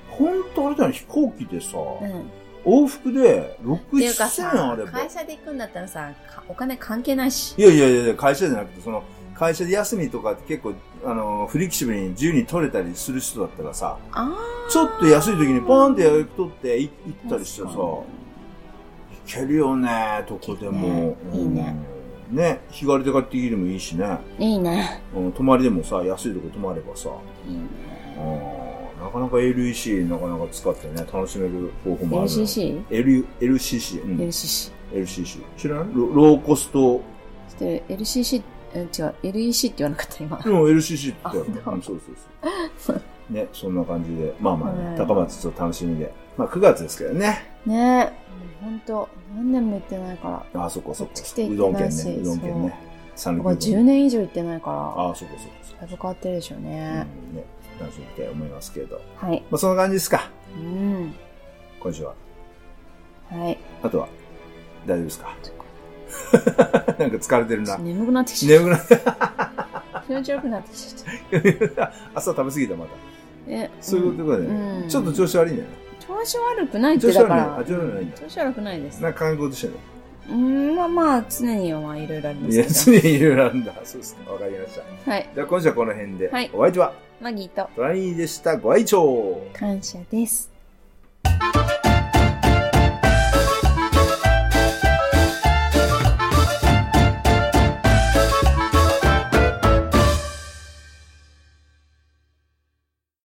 S2: ほんとあれだよ、飛行機でさ、
S1: うん
S2: 往復で6、
S1: っていうか
S2: 7円あ
S1: さ
S2: れば。
S1: 会社で行くんだったらさかお金関係ないし
S2: いやいやいや、会社じゃなくて、その、会社で休みとかって結構、あの、フレキシブルに自由に取れたりする人だったらさ、
S1: あ
S2: ちょっと安い時にポンって予約取ってい行ったりしてさ、いけるよね、どこでも。
S1: いいねいいね
S2: うん。ね、日帰りで買ってきてもいいしね。
S1: いいね
S2: うん、泊まりでもさ、安いとこ泊まればさ、
S1: いいね
S2: うん、なかなか LEC なかなか使ってね、楽しめる方法もある。
S1: LCC?
S2: L LCC、うん、
S1: LCC
S2: LCC。知らないロローコスト、
S1: ちょっと LCC え違う LEC って言わなかった今
S2: でも LCC って言ったよ
S1: あそう
S2: うんそうそうそう。ね、そんな感じで、まあまあ
S1: うん
S2: ね、高松ちょっと楽しみで。まあ9月ですけどね。
S1: ねえほんと何年も行ってないから
S2: あ、そこそこ
S1: こっち来て。
S2: う
S1: 行
S2: ど
S1: っ
S2: ん
S1: てない
S2: 県
S1: し
S2: ね、うどん県ね。三
S1: 僕は10年以上行ってないか
S2: あ、そこそこそこ
S1: らだいぶ変わってるでしょうね
S2: うんね、楽しみたいと思いますけど。
S1: はい
S2: まあ、そんな感じですか、
S1: うん
S2: 今週は。
S1: はい
S2: あとは、大丈夫ですか (laughs) なんか疲れてる
S1: ちょっ
S2: な
S1: と。眠くなってきちゃっ
S2: 眠くな
S1: た気持ち悪くなってきちゃった
S2: い (laughs) 朝食べ過ぎた、また。
S1: え
S2: そういうことだよね。
S1: うん
S2: ちょっと調子悪いんだよね。
S1: 調子悪くないっ
S2: 調
S1: て
S2: 子
S1: だ
S2: 悪い
S1: か
S2: ね
S1: ら
S2: あ調子悪いないんだ
S1: 調子悪くないです
S2: なんか考え事してんの
S1: うんまあまあ常にはまあいろいろありま
S2: いや、
S1: すけ
S2: 常にいろいろあるんだ。そうですか。わかりました。
S1: どはい
S2: じゃあ今週はこの辺で。
S1: はい
S2: お相手は、
S1: マギーと
S2: トラニーでした。ご愛聴
S1: 感謝です